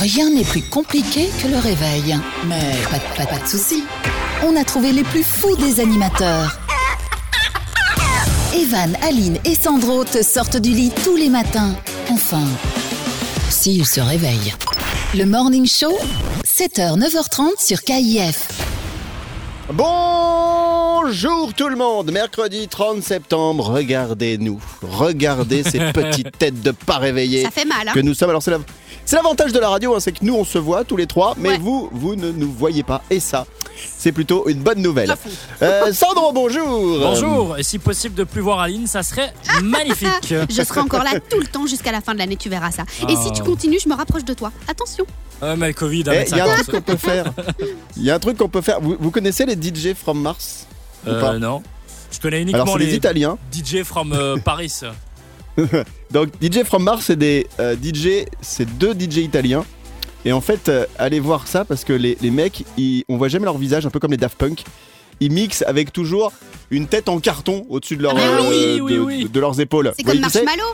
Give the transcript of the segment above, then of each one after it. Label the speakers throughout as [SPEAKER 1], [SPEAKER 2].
[SPEAKER 1] Rien n'est plus compliqué que le réveil. Mais pas, de- pas de- pas de soucis. On a trouvé les plus fous des animateurs. Evan, Aline et Sandro te sortent du lit tous les matins. Enfin, s'ils se réveillent. Le Morning Show, 7h, 9h30 sur KIF.
[SPEAKER 2] Bonjour tout le monde, mercredi 30 septembre, regardez-nous, regardez ces petites têtes de pas réveillés
[SPEAKER 3] Ça fait mal, hein.
[SPEAKER 2] que nous sommes. Alors c'est la- c'est l'avantage de la radio, hein, c'est que nous on se voit tous les trois, mais
[SPEAKER 3] Ouais.
[SPEAKER 2] vous, vous ne nous voyez pas. Et ça, c'est plutôt une bonne nouvelle. Euh, Sandro, bonjour
[SPEAKER 4] Bonjour, et si possible de plus voir Aline, ça serait magnifique.
[SPEAKER 3] Ah, Je serai encore là tout le temps jusqu'à la fin de l'année, tu verras ça. Et si tu
[SPEAKER 2] Ah.
[SPEAKER 3] continues, je me rapproche de toi. Attention.
[SPEAKER 4] Euh, mais le Covid,
[SPEAKER 2] Eh,
[SPEAKER 4] avec
[SPEAKER 2] Il y a un truc qu'on peut faire. Il y a un truc qu'on peut faire. Vous, vous connaissez les DJ from Mars ou pas
[SPEAKER 4] euh, non. Je connais uniquement
[SPEAKER 2] Alors c'est
[SPEAKER 4] les
[SPEAKER 2] des Italiens.
[SPEAKER 4] DJ from euh, Paris.
[SPEAKER 2] Donc DJ From Mars, c'est des euh, DJ, c'est deux DJ italiens. Et en fait, euh, allez voir ça parce que les, les mecs, ils- on voit jamais leur visage, un peu comme les Daft Punk. Ils mixent avec toujours une tête en carton au-dessus de, leur,
[SPEAKER 3] Ah bah oui,
[SPEAKER 2] euh, de,
[SPEAKER 4] oui, oui.
[SPEAKER 2] de- de leurs épaules.
[SPEAKER 3] C'est
[SPEAKER 2] Vous
[SPEAKER 3] comme
[SPEAKER 2] voyez qui c'est
[SPEAKER 3] Marshmallow.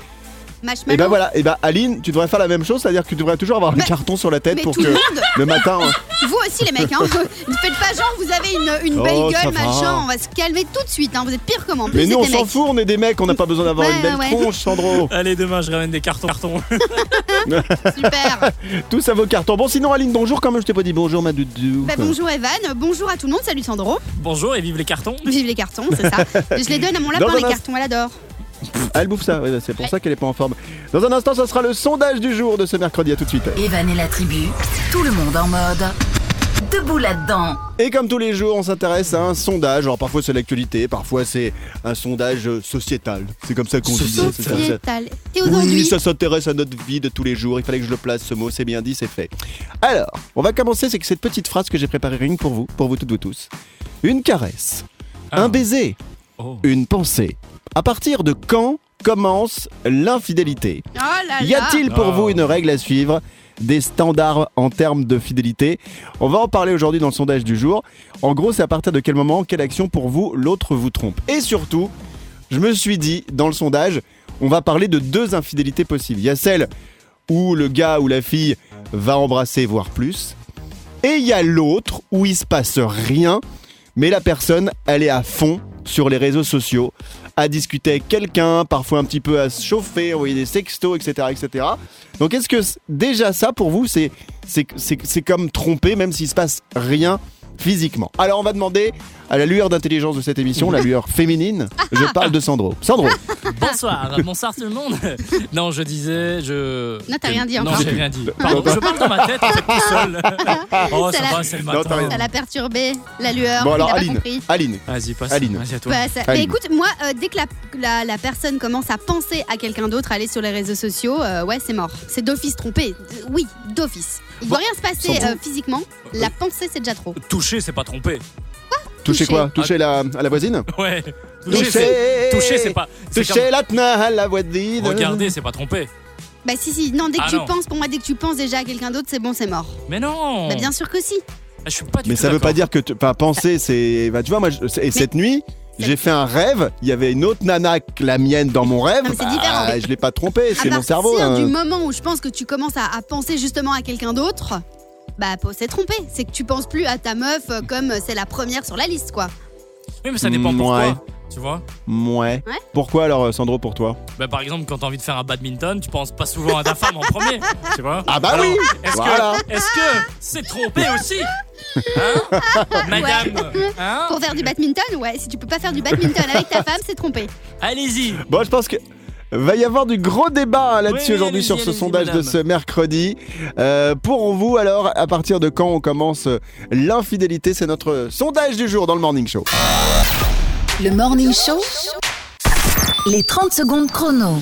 [SPEAKER 3] Marshmallow.
[SPEAKER 2] Et bah voilà, et bah Aline, tu devrais faire la même chose, c'est-à-dire que tu devrais toujours avoir le
[SPEAKER 3] Mais-
[SPEAKER 2] carton sur la tête
[SPEAKER 3] mais
[SPEAKER 2] pour
[SPEAKER 3] tout
[SPEAKER 2] que
[SPEAKER 3] le monde,
[SPEAKER 2] le matin. hein.
[SPEAKER 3] vous aussi les mecs, hein. ne faites pas genre vous avez une, une
[SPEAKER 2] Oh,
[SPEAKER 3] belle
[SPEAKER 2] ça
[SPEAKER 3] gueule,
[SPEAKER 2] va.
[SPEAKER 3] machin, on va se calmer tout de suite, hein. vous êtes pire que moi. En plus,
[SPEAKER 2] Mais nous, on
[SPEAKER 3] c'est des
[SPEAKER 2] s'en
[SPEAKER 3] mecs.
[SPEAKER 2] fout, on est des mecs, on n'a pas besoin d'avoir
[SPEAKER 3] Ouais,
[SPEAKER 2] une belle
[SPEAKER 3] ouais.
[SPEAKER 2] tronche, Sandro.
[SPEAKER 4] Allez, demain, je ramène des cartons. cartons.
[SPEAKER 3] Super.
[SPEAKER 2] Tous à vos cartons. Bon, sinon, Aline, bonjour quand même, je t'ai pas dit bonjour, ma doudou.
[SPEAKER 3] Bah, bonjour Evan, bonjour à tout le monde, salut Sandro.
[SPEAKER 4] Bonjour et vive les cartons.
[SPEAKER 3] Vive les cartons, c'est ça. Je les donne à mon lapin,
[SPEAKER 2] Dans un
[SPEAKER 3] les
[SPEAKER 2] instant-
[SPEAKER 3] cartons, elle adore.
[SPEAKER 2] Ah, Elle bouffe ça, ouais, c'est pour ça qu'elle est pas en forme. Dans un instant, ça sera le sondage du jour de ce mercredi, à tout de suite.
[SPEAKER 1] Evan et la tribu, tout le monde en mode. Debout là-dedans.
[SPEAKER 2] Et comme tous les jours, on s'intéresse à un sondage. Alors parfois c'est l'actualité, parfois c'est un sondage euh, sociétal. C'est comme ça qu'on dit.
[SPEAKER 4] Sociétal.
[SPEAKER 2] c'est comme ça.
[SPEAKER 3] Sociétal. Et
[SPEAKER 2] Oui,
[SPEAKER 3] aujourd'hui,
[SPEAKER 2] ça s'intéresse à notre vie de tous les jours. Il fallait que je le place ce mot, c'est bien dit, c'est fait. Alors, on va commencer avec cette petite phrase que j'ai préparée rien que pour vous, pour vous toutes, vous tous. Une caresse,
[SPEAKER 4] Ah.
[SPEAKER 2] un baiser,
[SPEAKER 4] Oh.
[SPEAKER 2] une pensée. À partir de quand commence l'infidélité
[SPEAKER 3] oh là
[SPEAKER 2] Y
[SPEAKER 3] là.
[SPEAKER 2] a-t-il pour
[SPEAKER 4] Ah.
[SPEAKER 2] vous une règle à suivre des standards en termes de fidélité. On va en parler aujourd'hui dans le sondage du jour. En gros, c'est à partir de quel moment, quelle action pour vous, l'autre vous trompe. Et surtout, je me suis dit, dans le sondage, on va parler de deux infidélités possibles. Il y a celle où le gars ou la fille va embrasser, voire plus. Et il y a l'autre où il se passe rien, mais la personne, elle est à fond sur les réseaux sociaux, à discuter avec quelqu'un, parfois un petit peu à se chauffer, envoyer des sextos, etc. etc. Donc est-ce que c- déjà ça, pour vous, c'est, c'est, c'est, c'est comme tromper, même s'il se passe rien physiquement Alors on va demander, à la lueur d'intelligence de cette émission, la lueur féminine, je parle de Sandro. Sandro,
[SPEAKER 4] Bonsoir, bonsoir tout le monde. Non, je disais, je.
[SPEAKER 3] Non, t'as rien dit
[SPEAKER 4] Non,
[SPEAKER 3] encore.
[SPEAKER 4] j'ai rien dit. Pardon, je parle dans ma tête, en fait, tout seul. Oh,
[SPEAKER 3] Ça
[SPEAKER 4] ça,
[SPEAKER 3] l'a-
[SPEAKER 4] va, c'est le
[SPEAKER 2] Non, t'as
[SPEAKER 4] matin.
[SPEAKER 2] rien
[SPEAKER 3] Ça l'a perturbé, la lueur.
[SPEAKER 2] bon
[SPEAKER 3] Ah, il
[SPEAKER 2] alors
[SPEAKER 3] a pas
[SPEAKER 2] Aline,
[SPEAKER 3] compris.
[SPEAKER 2] Aline,
[SPEAKER 4] Vas-y, passe.
[SPEAKER 2] Aline.
[SPEAKER 4] Vas-y, à toi.
[SPEAKER 3] Bah, ça-
[SPEAKER 2] Aline.
[SPEAKER 3] bah, écoute, moi, euh, dès que la, la- la personne commence à penser à quelqu'un d'autre, à aller sur les réseaux sociaux, euh, ouais, c'est mort. C'est d'office trompé. Euh, Oui, d'office. Il ne
[SPEAKER 4] Bon,
[SPEAKER 3] doit rien se passer
[SPEAKER 2] sans
[SPEAKER 3] euh, physiquement. La pensée, c'est déjà trop.
[SPEAKER 4] Toucher, c'est pas tromper.
[SPEAKER 2] touchez
[SPEAKER 3] Toucher.
[SPEAKER 2] quoi Touchez la, à la voisine
[SPEAKER 4] Ouais. Toucher, c'est. Toucher, c'est pas. c'est
[SPEAKER 2] Toucher la tna à la voisine
[SPEAKER 4] comme Regarder, c'est pas tromper.
[SPEAKER 3] Bah, si, si. Non, dès que
[SPEAKER 4] Ah
[SPEAKER 3] tu
[SPEAKER 4] non.
[SPEAKER 3] penses, pour moi, dès que tu penses déjà à quelqu'un d'autre, c'est bon, c'est mort.
[SPEAKER 4] Mais non
[SPEAKER 3] Bah, bien sûr que si.
[SPEAKER 4] Ah, Je suis pas du
[SPEAKER 2] Mais
[SPEAKER 4] tout
[SPEAKER 2] ça veut pas
[SPEAKER 4] d'accord.
[SPEAKER 2] dire que tu pas penser c'est bah, tu vois moi je- et cette nuit j'ai fait un rêve, il y avait une autre nana que la mienne dans mon rêve. Ah,
[SPEAKER 3] Non, mais c'est différent.
[SPEAKER 2] je l'ai pas trompé,
[SPEAKER 3] À
[SPEAKER 2] c'est mon
[SPEAKER 3] partir
[SPEAKER 2] cerveau. hein.
[SPEAKER 3] du moment où je pense que tu commences à, à penser justement à quelqu'un d'autre, bah, c'est trompé. C'est que tu penses plus à ta meuf euh, comme c'est la première sur la liste, quoi.
[SPEAKER 4] Oui, mais ça dépend pourquoi.
[SPEAKER 2] Ouais.
[SPEAKER 4] Tu vois
[SPEAKER 2] Ouais. Pourquoi alors euh, Sandro pour toi
[SPEAKER 4] Bah, par exemple, quand t'as envie de faire un badminton, tu penses pas souvent à ta femme en premier, tu vois
[SPEAKER 2] Ah bah
[SPEAKER 4] Alors,
[SPEAKER 2] oui
[SPEAKER 4] Est-ce
[SPEAKER 2] Voilà.
[SPEAKER 4] que est-ce que c'est trompé aussi Hein Madame Hein
[SPEAKER 3] Pour faire du badminton, ouais, si tu peux pas faire du badminton avec ta femme, c'est trompé.
[SPEAKER 4] Allez-y
[SPEAKER 2] Bon, je pense que va y avoir du gros débat hein, là-dessus
[SPEAKER 4] Oui, oui,
[SPEAKER 2] aujourd'hui
[SPEAKER 4] allez-y,
[SPEAKER 2] sur ce
[SPEAKER 4] allez-y,
[SPEAKER 2] sondage de
[SPEAKER 4] madame.
[SPEAKER 2] ce mercredi. Euh, pour vous alors, à partir de quand on commence euh, l'infidélité, c'est notre sondage du jour dans le Morning Show.
[SPEAKER 1] Le Morning Show, les 30 secondes chrono.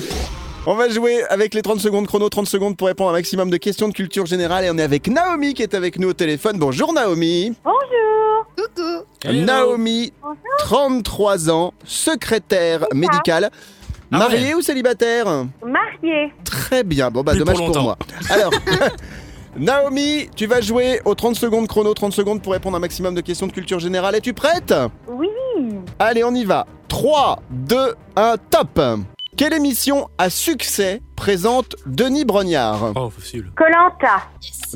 [SPEAKER 2] On va jouer avec les 30 secondes chrono, 30 secondes pour répondre à un maximum de questions de culture générale et on est avec Naomi qui est avec nous au téléphone. Bonjour Naomi.
[SPEAKER 3] Coucou.
[SPEAKER 4] Hello.
[SPEAKER 2] Euh, Naomi, 33 ans, secrétaire médicale.
[SPEAKER 4] Ah
[SPEAKER 2] Mariée ou célibataire
[SPEAKER 5] Marié.
[SPEAKER 2] Très bien. Bon bah
[SPEAKER 4] Plus
[SPEAKER 2] dommage
[SPEAKER 4] pour
[SPEAKER 2] pour,
[SPEAKER 4] longtemps.
[SPEAKER 2] moi. Alors Naomi, tu vas jouer aux 30 secondes chrono, 30 secondes pour répondre à un maximum de questions de culture générale. Es-tu prête
[SPEAKER 5] Oui.
[SPEAKER 2] Allez, on y va. 3 2 1 top. Quelle émission à succès présente Denis Brognard
[SPEAKER 4] Oh, facile.
[SPEAKER 5] Colanta,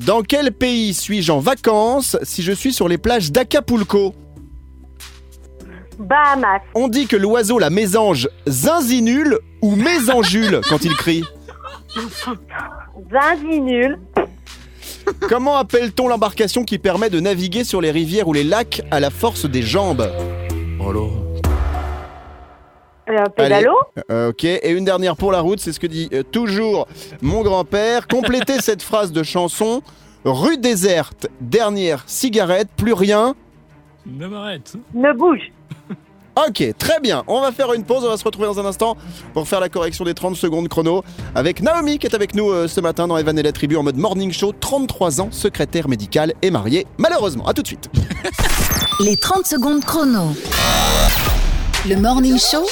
[SPEAKER 2] Dans quel pays suis-je en vacances si je suis sur les plages d'Acapulco
[SPEAKER 5] Bahamas,
[SPEAKER 2] On dit que l'oiseau la mésange zinzinule ou mésangeule quand il crie.
[SPEAKER 5] Zinzinul,
[SPEAKER 2] Comment appelle-t-on l'embarcation qui permet de naviguer sur les rivières ou les lacs à la force des jambes
[SPEAKER 4] Oh là.
[SPEAKER 5] euh, Pédalo,
[SPEAKER 2] Euh, Ok, et une dernière pour la route, c'est ce que dit euh, toujours mon grand-père. Complétez cette phrase de chanson. Rue déserte, dernière cigarette, plus rien.
[SPEAKER 4] Ne m'arrête.
[SPEAKER 5] ne bouge.
[SPEAKER 2] Ok, très bien. On va faire une pause, on va se retrouver dans un instant pour faire la correction des 30 secondes chrono avec Naomi qui est avec nous euh, ce matin dans Evan et la tribu en mode morning show, 33 ans, secrétaire médicale et mariée. Malheureusement, à tout de suite.
[SPEAKER 1] Les 30 secondes chrono. Le morning show.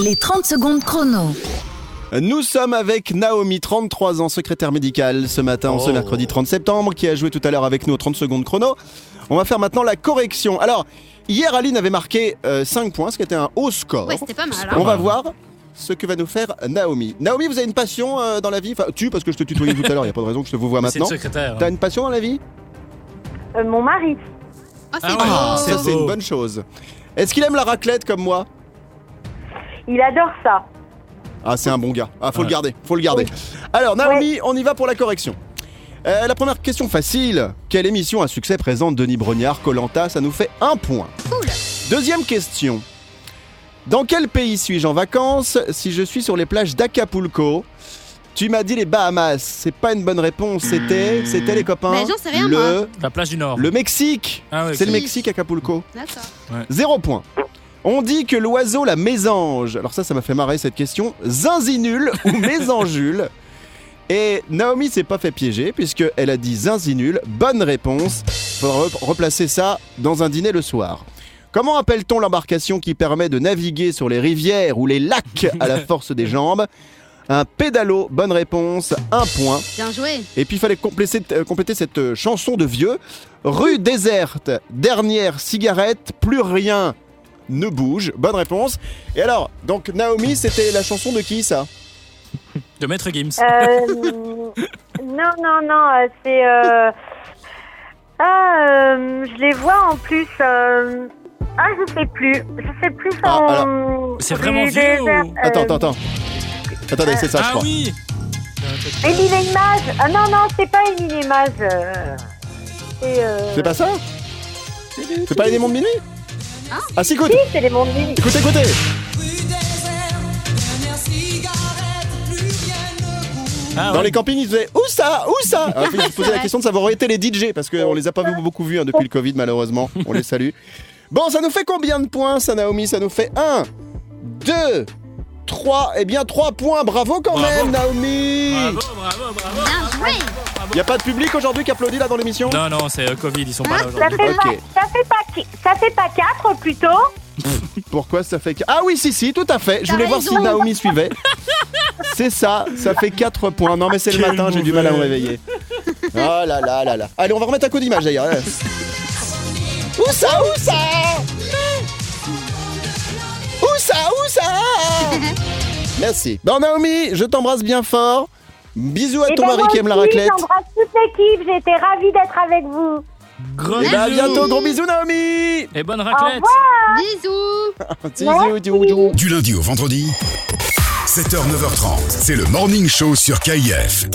[SPEAKER 1] Les 30 secondes chrono.
[SPEAKER 2] Nous sommes avec Naomi, 33 ans, secrétaire médicale ce matin, en ce
[SPEAKER 4] Oh.
[SPEAKER 2] mercredi 30 septembre, qui a joué tout à l'heure avec nous aux 30 secondes chrono. On va faire maintenant la correction. Alors, hier, Aline avait marqué 5 points, ce qui était un haut score.
[SPEAKER 3] Ouais, c'était pas mal.
[SPEAKER 2] Oh. On
[SPEAKER 3] hein.
[SPEAKER 2] va voir ce que va nous faire Naomi. Naomi, vous avez une passion euh, dans la vie Enfin, tu, parce que je te tutoyais tout à l'heure, il n'y a pas de raison que je te vous vois
[SPEAKER 4] C'est le
[SPEAKER 2] maintenant.
[SPEAKER 4] secrétaire.
[SPEAKER 2] T'as une passion dans la vie
[SPEAKER 5] Euh, mon mari,
[SPEAKER 3] Oh, c'est
[SPEAKER 4] Ah
[SPEAKER 3] beau.
[SPEAKER 4] ouais,
[SPEAKER 2] Ça, c'est
[SPEAKER 4] beau.
[SPEAKER 2] une bonne chose. Est-ce qu'il aime la raclette comme moi
[SPEAKER 5] il adore ça.
[SPEAKER 2] Ah, c'est un bon gars. Ah, faut le
[SPEAKER 4] Ouais.
[SPEAKER 2] garder, faut le garder. Alors, Naomi, on y va pour la correction. Euh, la première question facile. Quelle émission à succès présente Denis Brognard, Colanta Ça nous fait un point.
[SPEAKER 3] Cool.
[SPEAKER 2] Deuxième question. Dans quel pays suis-je en vacances si je suis sur les plages d'Acapulco Tu m'as dit les Bahamas. C'est pas une bonne réponse. C'était, c'était les copains.
[SPEAKER 3] Mais j'en sais rien,
[SPEAKER 2] le,
[SPEAKER 4] La plage du Nord.
[SPEAKER 2] le Mexique.
[SPEAKER 4] Ah ouais,
[SPEAKER 2] c'est le
[SPEAKER 4] ok.
[SPEAKER 2] Mexique, Acapulco.
[SPEAKER 3] D'accord.
[SPEAKER 2] Zéro point. On dit que l'oiseau la mésange. Alors ça, ça m'a fait marrer cette question. Zinzinule ou mésangeule Et Naomi s'est pas fait piéger puisque elle a dit zinzinule. Bonne réponse. Faudra rep- replacer ça dans un dîner le soir. Comment appelle-t-on l'embarcation qui permet de naviguer sur les rivières ou les lacs à la force des jambes Un pédalo. Bonne réponse. Un point.
[SPEAKER 3] Bien joué.
[SPEAKER 2] Et puis il fallait compléter, euh, compléter cette euh, chanson de vieux. Rue déserte, dernière cigarette, plus rien ne bouge. Bonne réponse. Et alors, donc Naomi, c'était la chanson de qui ça
[SPEAKER 4] De Maître Gims.
[SPEAKER 5] Euh, non, non, non, euh, c'est. euh, Ah, euh, je les vois en plus. euh, Ah, je sais plus. Je sais plus
[SPEAKER 2] Ah,
[SPEAKER 5] en-
[SPEAKER 4] C'est
[SPEAKER 5] du
[SPEAKER 4] vraiment vieux
[SPEAKER 5] désert,
[SPEAKER 4] ou-
[SPEAKER 5] euh,
[SPEAKER 2] Attends, attends, attends. Attendez, c'est ça, je
[SPEAKER 4] ah
[SPEAKER 2] crois.
[SPEAKER 4] oui
[SPEAKER 5] Émile et Image. Ah non, non, c'est pas Émile et Image. euh, C'est. euh,
[SPEAKER 2] C'est pas ça C'est pas les démons de minuit
[SPEAKER 3] Hein
[SPEAKER 2] Ah si, écoute,
[SPEAKER 5] si, c'est les mondes Lily.
[SPEAKER 2] écoutez, écoutez.
[SPEAKER 4] Ah
[SPEAKER 2] Dans
[SPEAKER 4] ouais. Ah,
[SPEAKER 2] les campings, ils faisaient où ça Où ça Alors, Ils se posaient la question de savoir où étaient les DJ parce qu'on les a pas vu- beaucoup vus hein, depuis le Covid, malheureusement. On les salue. Bon, ça nous fait combien de points, ça, Naomi Ça nous fait 1, 2, 3. Eh bien, 3 points. Bravo quand
[SPEAKER 4] Bravo.
[SPEAKER 2] même, Naomi
[SPEAKER 4] Bravo, bravo, bravo
[SPEAKER 3] Bien joué.
[SPEAKER 2] Il n'y a pas de public aujourd'hui qui applaudit là dans l'émission
[SPEAKER 4] Non, non, c'est euh, Covid, ils sont pas là
[SPEAKER 5] Ça
[SPEAKER 4] aujourd'hui.
[SPEAKER 5] fait,
[SPEAKER 2] Ok.
[SPEAKER 5] pas, ça, fait pas, qui- ça fait pas 4 plutôt
[SPEAKER 2] Pourquoi ça fait. qu- Ah oui, si, si, tout à fait. Je
[SPEAKER 3] T'as
[SPEAKER 2] voulais voir si
[SPEAKER 3] raison.
[SPEAKER 2] Naomi suivait. C'est ça, ça fait 4 points. Non, mais c'est le
[SPEAKER 4] Quel
[SPEAKER 2] matin, j'ai du mal
[SPEAKER 4] mauvais.
[SPEAKER 2] à me réveiller. Oh là là là là. Allez, on va remettre un coup d'image d'ailleurs. là. Où ça Où ça Où ça Où ça Merci. Bon, Naomi, je t'embrasse bien fort. Bisous à
[SPEAKER 3] Eh
[SPEAKER 5] Et
[SPEAKER 3] ben,
[SPEAKER 5] ben,
[SPEAKER 2] ton mari qui aime la raclette.
[SPEAKER 5] J'embrasse toute l'équipe, j'étais ravie d'être avec vous.
[SPEAKER 4] Gros
[SPEAKER 2] Et bah, à
[SPEAKER 4] bisous.
[SPEAKER 2] bientôt. Gros bisous, Naomi.
[SPEAKER 4] Et bonne
[SPEAKER 5] Au
[SPEAKER 4] raclette
[SPEAKER 5] revoir
[SPEAKER 3] Bisous.
[SPEAKER 2] Bisous, bisous, bisous.
[SPEAKER 6] Du lundi au vendredi, 7h, 9h30. C'est le morning show sur KIF.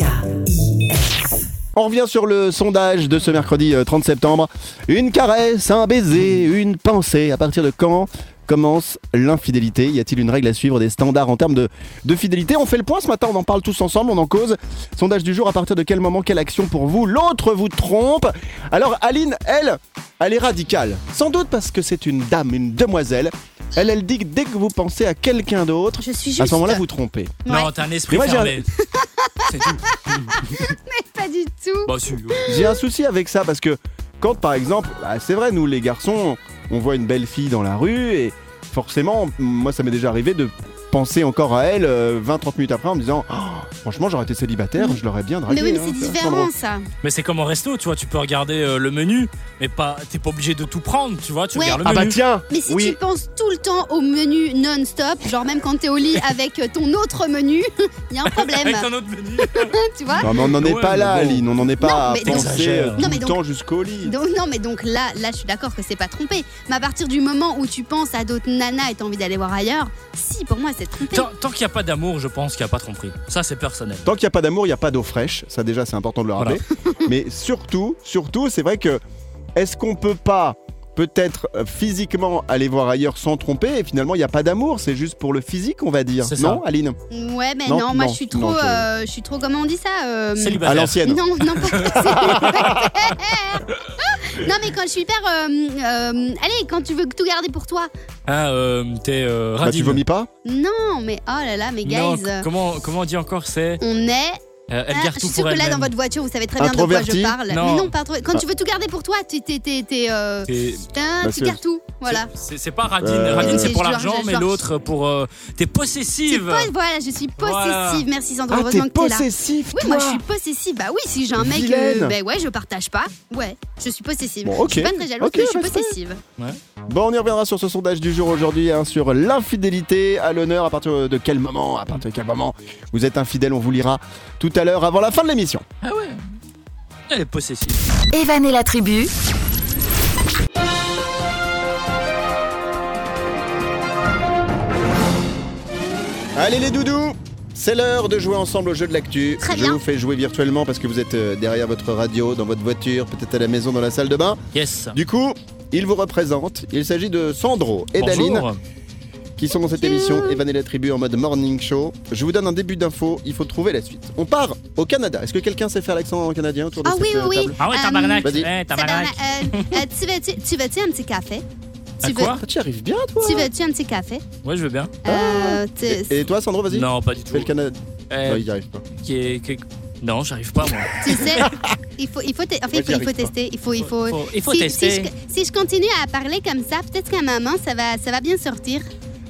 [SPEAKER 2] On revient sur le sondage de ce mercredi euh, 30 septembre. Une caresse, un baiser, une pensée. À partir de quand commence l'infidélité Y a-t-il une règle à suivre, des standards en termes de, de fidélité On fait le point ce matin, on en parle tous ensemble, on en cause. Sondage du jour, à partir de quel moment, quelle action pour vous L'autre vous trompe Alors Aline, elle, elle est radicale. Sans doute parce que c'est une dame, une demoiselle. Elle, elle dit que dès que vous pensez à quelqu'un d'autre,
[SPEAKER 3] Je suis juste.
[SPEAKER 2] à ce moment-là, vous trompez.
[SPEAKER 4] Non,
[SPEAKER 3] Ouais.
[SPEAKER 4] t'as un
[SPEAKER 2] Mais
[SPEAKER 4] esprit
[SPEAKER 2] moi, j'ai un-
[SPEAKER 4] fermé. C'est tout.
[SPEAKER 3] Pas du tout.
[SPEAKER 4] Bah, si. ouais.
[SPEAKER 2] J'ai un souci avec ça parce que quand par exemple, bah, c'est vrai, nous les garçons, on voit une belle fille dans la rue et euh, forcément, moi ça m'est déjà arrivé de penser encore à elle 20-30 minutes après en me disant Oh, Franchement, j'aurais été célibataire, je l'aurais bien dragué.
[SPEAKER 3] Mais oui, mais
[SPEAKER 2] hein,
[SPEAKER 3] c'est
[SPEAKER 2] ça,
[SPEAKER 3] différent ça.
[SPEAKER 4] Mais c'est comme au resto, tu vois, tu peux regarder euh, le menu, mais pas, t'es pas obligé de tout prendre, tu vois, tu
[SPEAKER 3] Ouais.
[SPEAKER 4] regardes le
[SPEAKER 2] Ah bah
[SPEAKER 4] menu.
[SPEAKER 2] tiens
[SPEAKER 3] Mais si
[SPEAKER 2] Oui,
[SPEAKER 3] tu penses tout le temps au menu non-stop, genre même quand t'es au lit avec ton autre menu, il y a un problème,
[SPEAKER 4] Avec un autre menu.
[SPEAKER 3] tu vois
[SPEAKER 2] Non, mais on n'en est
[SPEAKER 4] Ouais,
[SPEAKER 2] pas
[SPEAKER 4] mais
[SPEAKER 2] là,
[SPEAKER 4] bon.
[SPEAKER 2] Aline. On n'en est pas
[SPEAKER 3] Non,
[SPEAKER 2] à
[SPEAKER 3] mais donc-
[SPEAKER 2] penser euh,
[SPEAKER 4] Non,
[SPEAKER 2] tout
[SPEAKER 3] mais
[SPEAKER 2] le
[SPEAKER 3] donc-
[SPEAKER 2] temps jusqu'au lit.
[SPEAKER 3] Donc, non, mais donc là, là, je suis d'accord que c'est pas trompé. Mais à partir du moment où tu penses à d'autres nanas et t'as envie d'aller voir ailleurs, si, pour moi, c'est trompé.
[SPEAKER 4] Tant, tant qu'il n'y a pas d'amour, je pense qu'il n'y a pas de tromperie. Ça, c'est personnel.
[SPEAKER 2] Tant qu'il n'y a pas d'amour, il n'y a pas d'eau fraîche. Ça, déjà, c'est important de le
[SPEAKER 4] Voilà.
[SPEAKER 2] rappeler. Mais surtout, surtout, c'est vrai que est-ce qu'on peut pas peut-être euh, physiquement aller voir ailleurs sans tromper et finalement il n'y a pas d'amour, c'est juste pour le physique on va dire.
[SPEAKER 4] C'est ça.
[SPEAKER 2] Non Aline Bah,
[SPEAKER 3] Ouais, mais
[SPEAKER 2] Non,
[SPEAKER 3] non, moi,
[SPEAKER 2] non,
[SPEAKER 3] je suis
[SPEAKER 2] non,
[SPEAKER 3] trop,
[SPEAKER 2] je-
[SPEAKER 3] euh, je suis trop, comment on dit ça euh,
[SPEAKER 2] À
[SPEAKER 4] Célibataire.
[SPEAKER 2] l'ancienne.
[SPEAKER 3] Non, non, pas célibataire. Non, mais quand je suis hyper. euh, euh, allez, quand tu veux tout garder pour toi.
[SPEAKER 4] Ah, euh, t'es euh,
[SPEAKER 2] Bah, tu
[SPEAKER 4] radine.
[SPEAKER 2] vomis pas
[SPEAKER 3] Non, mais oh là là, mais guys.
[SPEAKER 4] Non,
[SPEAKER 3] euh,
[SPEAKER 4] comment, comment on dit encore C'est.
[SPEAKER 3] On est.
[SPEAKER 4] euh, elle
[SPEAKER 3] Ah,
[SPEAKER 4] garde
[SPEAKER 3] je
[SPEAKER 4] tout
[SPEAKER 3] suis sûre
[SPEAKER 4] pour
[SPEAKER 3] que
[SPEAKER 4] elle.
[SPEAKER 3] là, dans votre voiture, vous savez très bien de quoi
[SPEAKER 2] Introverti
[SPEAKER 3] je parle.
[SPEAKER 4] Non. Ah.
[SPEAKER 3] Mais non, pas trop. Quand tu veux tout garder pour toi, tu t'es, t'es- t'es, euh, putain,
[SPEAKER 2] Bah,
[SPEAKER 3] tu
[SPEAKER 2] c'est-
[SPEAKER 3] gardes tout. Voilà.
[SPEAKER 4] C'est c'est pas radine.
[SPEAKER 2] Euh,
[SPEAKER 3] Je
[SPEAKER 4] Radine, c'est pour
[SPEAKER 3] jure,
[SPEAKER 4] l'argent,
[SPEAKER 3] je
[SPEAKER 4] mais
[SPEAKER 3] jure.
[SPEAKER 4] l'autre pour. euh,
[SPEAKER 3] C'est
[SPEAKER 4] T'es possessive.
[SPEAKER 3] pas- voilà, je suis possessive.
[SPEAKER 4] Voilà.
[SPEAKER 3] Merci Sandro,
[SPEAKER 2] Ah
[SPEAKER 3] heureusement
[SPEAKER 2] t'es
[SPEAKER 3] que t'es là.
[SPEAKER 2] possessif
[SPEAKER 3] Oui,
[SPEAKER 2] toi
[SPEAKER 3] moi je suis possessive. Bah oui, si j'ai un mec,
[SPEAKER 2] Vilaine.
[SPEAKER 3] euh, ben ouais, je partage pas. Ouais, je suis possessive.
[SPEAKER 2] Bon, ok.
[SPEAKER 3] Je suis pas très jalouse,
[SPEAKER 2] Ok,
[SPEAKER 3] mais je suis
[SPEAKER 2] bah, c'est-
[SPEAKER 3] possessive.
[SPEAKER 2] Bon on y reviendra sur ce sondage du jour aujourd'hui hein, sur l'infidélité à l'honneur à partir de quel moment à partir de quel moment vous êtes infidèle on vous lira tout à l'heure avant la fin de l'émission.
[SPEAKER 4] Ah ouais. Elle est possessive.
[SPEAKER 1] Evan et la tribu.
[SPEAKER 2] Allez les doudous c'est l'heure de jouer ensemble au jeu de l'actu.
[SPEAKER 3] Très
[SPEAKER 2] Je
[SPEAKER 3] bien.
[SPEAKER 2] vous fais jouer virtuellement parce que vous êtes euh, derrière votre radio, dans votre voiture, peut-être à la maison, dans la salle de bain.
[SPEAKER 4] Yes.
[SPEAKER 2] Du coup, il vous représente. Il s'agit de Sandro et d'Aline
[SPEAKER 4] Bonjour.
[SPEAKER 2] qui sont dans cette émission Evan et la tribu en mode morning show. Je vous donne un début d'info, il faut trouver la suite. On part au Canada. Est-ce que quelqu'un sait faire l'accent canadien autour de
[SPEAKER 3] Ah
[SPEAKER 2] cette
[SPEAKER 3] oui,
[SPEAKER 2] euh,
[SPEAKER 3] oui, oui.
[SPEAKER 2] table
[SPEAKER 4] Ah ouais,
[SPEAKER 3] Euh,
[SPEAKER 4] tabarnak.
[SPEAKER 2] vas-y.
[SPEAKER 4] Eh,
[SPEAKER 3] Ça
[SPEAKER 4] tabarnak.
[SPEAKER 3] donne, euh, euh, tu veux-tu tu veux-tu un petit café
[SPEAKER 4] Un
[SPEAKER 3] Tu
[SPEAKER 4] quoi
[SPEAKER 2] Ah, tu y arrives bien toi
[SPEAKER 3] Tu veux-tu un petit café
[SPEAKER 4] Ouais, je veux bien.
[SPEAKER 3] Euh, tu-
[SPEAKER 2] Et, et toi Sandro, vas-y
[SPEAKER 4] Non, pas du
[SPEAKER 2] Tu
[SPEAKER 4] tout.
[SPEAKER 2] fais le Canada.
[SPEAKER 4] Eh,
[SPEAKER 2] Non, il y arrive pas.
[SPEAKER 4] qui est- qui est- Non, j'arrive pas, moi.
[SPEAKER 3] Tu sais, il faut, il faut, te- enfin,
[SPEAKER 2] Ah. Moi,
[SPEAKER 3] il
[SPEAKER 2] j'y
[SPEAKER 3] faut, il faut
[SPEAKER 2] arrive pas.
[SPEAKER 3] tester. Il faut, il faut.
[SPEAKER 4] Faut- il faut
[SPEAKER 3] si,
[SPEAKER 4] tester.
[SPEAKER 3] Si je, si je continue à parler comme ça, peut-être qu'à maman, ça va, ça va bien sortir.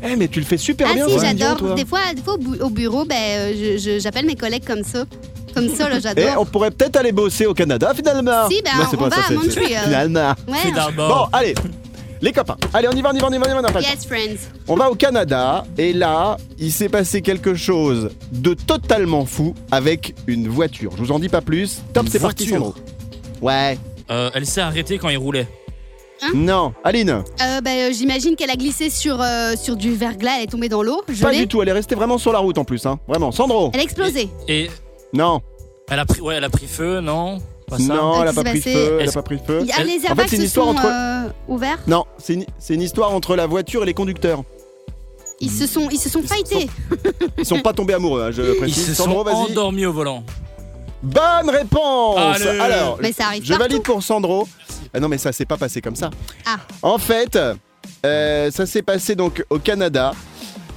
[SPEAKER 2] Eh mais tu le fais super
[SPEAKER 3] Ah
[SPEAKER 2] bien.
[SPEAKER 3] si,
[SPEAKER 2] ça, dis donc,
[SPEAKER 3] j'adore.
[SPEAKER 2] toi.
[SPEAKER 3] Des fois, des fois, au bu- au bureau, ben, euh, je- je- j'appelle mes collègues comme ça. Comme ça, là,
[SPEAKER 2] Eh,
[SPEAKER 3] j'adore.
[SPEAKER 2] on pourrait peut-être aller bosser au Canada finalement.
[SPEAKER 3] Si, ben,
[SPEAKER 2] Non, c'est
[SPEAKER 3] on
[SPEAKER 2] pas
[SPEAKER 3] va
[SPEAKER 2] ça,
[SPEAKER 3] à
[SPEAKER 2] c'est- c'est-
[SPEAKER 3] Montréal.
[SPEAKER 2] Finalement.
[SPEAKER 4] C'est
[SPEAKER 3] Ouais.
[SPEAKER 2] Bon,
[SPEAKER 4] d'abord.
[SPEAKER 2] allez, les copains. Allez, on y va, on y va, on y va, on y va. on a pas le temps.
[SPEAKER 3] Yes, friends.
[SPEAKER 2] On va au Canada et là, il s'est passé quelque chose de totalement fou avec une voiture. Je vous en dis pas plus. Top,
[SPEAKER 4] Une
[SPEAKER 2] c'est parti,
[SPEAKER 4] voiture.
[SPEAKER 2] Sandro. Ouais.
[SPEAKER 4] Euh, elle s'est arrêtée quand il roulait.
[SPEAKER 2] Non, Aline,
[SPEAKER 3] Euh, ben, euh, J'imagine qu'elle a glissé sur, euh, sur du verglas, elle est tombée dans l'eau,
[SPEAKER 2] pas
[SPEAKER 3] gelée.
[SPEAKER 2] du tout. Elle est restée vraiment sur la route en plus, hein. Vraiment, Sandro.
[SPEAKER 3] Elle a explosé.
[SPEAKER 4] Et
[SPEAKER 2] Non,
[SPEAKER 4] elle a pris, ouais, elle a pris feu, non Pas ça.
[SPEAKER 2] non, elle a
[SPEAKER 3] Qu'est-ce
[SPEAKER 2] pas
[SPEAKER 3] qui
[SPEAKER 2] pris
[SPEAKER 3] s'est
[SPEAKER 2] feu. Elle a
[SPEAKER 4] Est-ce-
[SPEAKER 2] pas pris feu.
[SPEAKER 3] Ah, les
[SPEAKER 2] En
[SPEAKER 3] airbags
[SPEAKER 2] fait, c'est une
[SPEAKER 3] se
[SPEAKER 2] histoire
[SPEAKER 3] sont
[SPEAKER 2] entre-
[SPEAKER 3] euh, ouverts.
[SPEAKER 2] Non, c'est une, c'est une histoire entre la voiture et les conducteurs.
[SPEAKER 3] Ils se sont, ils se sont fightés.
[SPEAKER 2] Ils sont pas tombés amoureux, hein, je
[SPEAKER 4] Ils
[SPEAKER 2] précise.
[SPEAKER 4] se
[SPEAKER 2] Sandro,
[SPEAKER 4] sont
[SPEAKER 2] vas-y.
[SPEAKER 4] endormis au volant.
[SPEAKER 2] Bonne réponse.
[SPEAKER 4] Allez.
[SPEAKER 2] Alors,
[SPEAKER 3] Mais ça arrive
[SPEAKER 2] je
[SPEAKER 3] partout.
[SPEAKER 2] valide pour Sandro. Ah non, mais ça s'est pas passé comme ça.
[SPEAKER 3] Ah.
[SPEAKER 2] En fait, euh, ça s'est passé donc au Canada.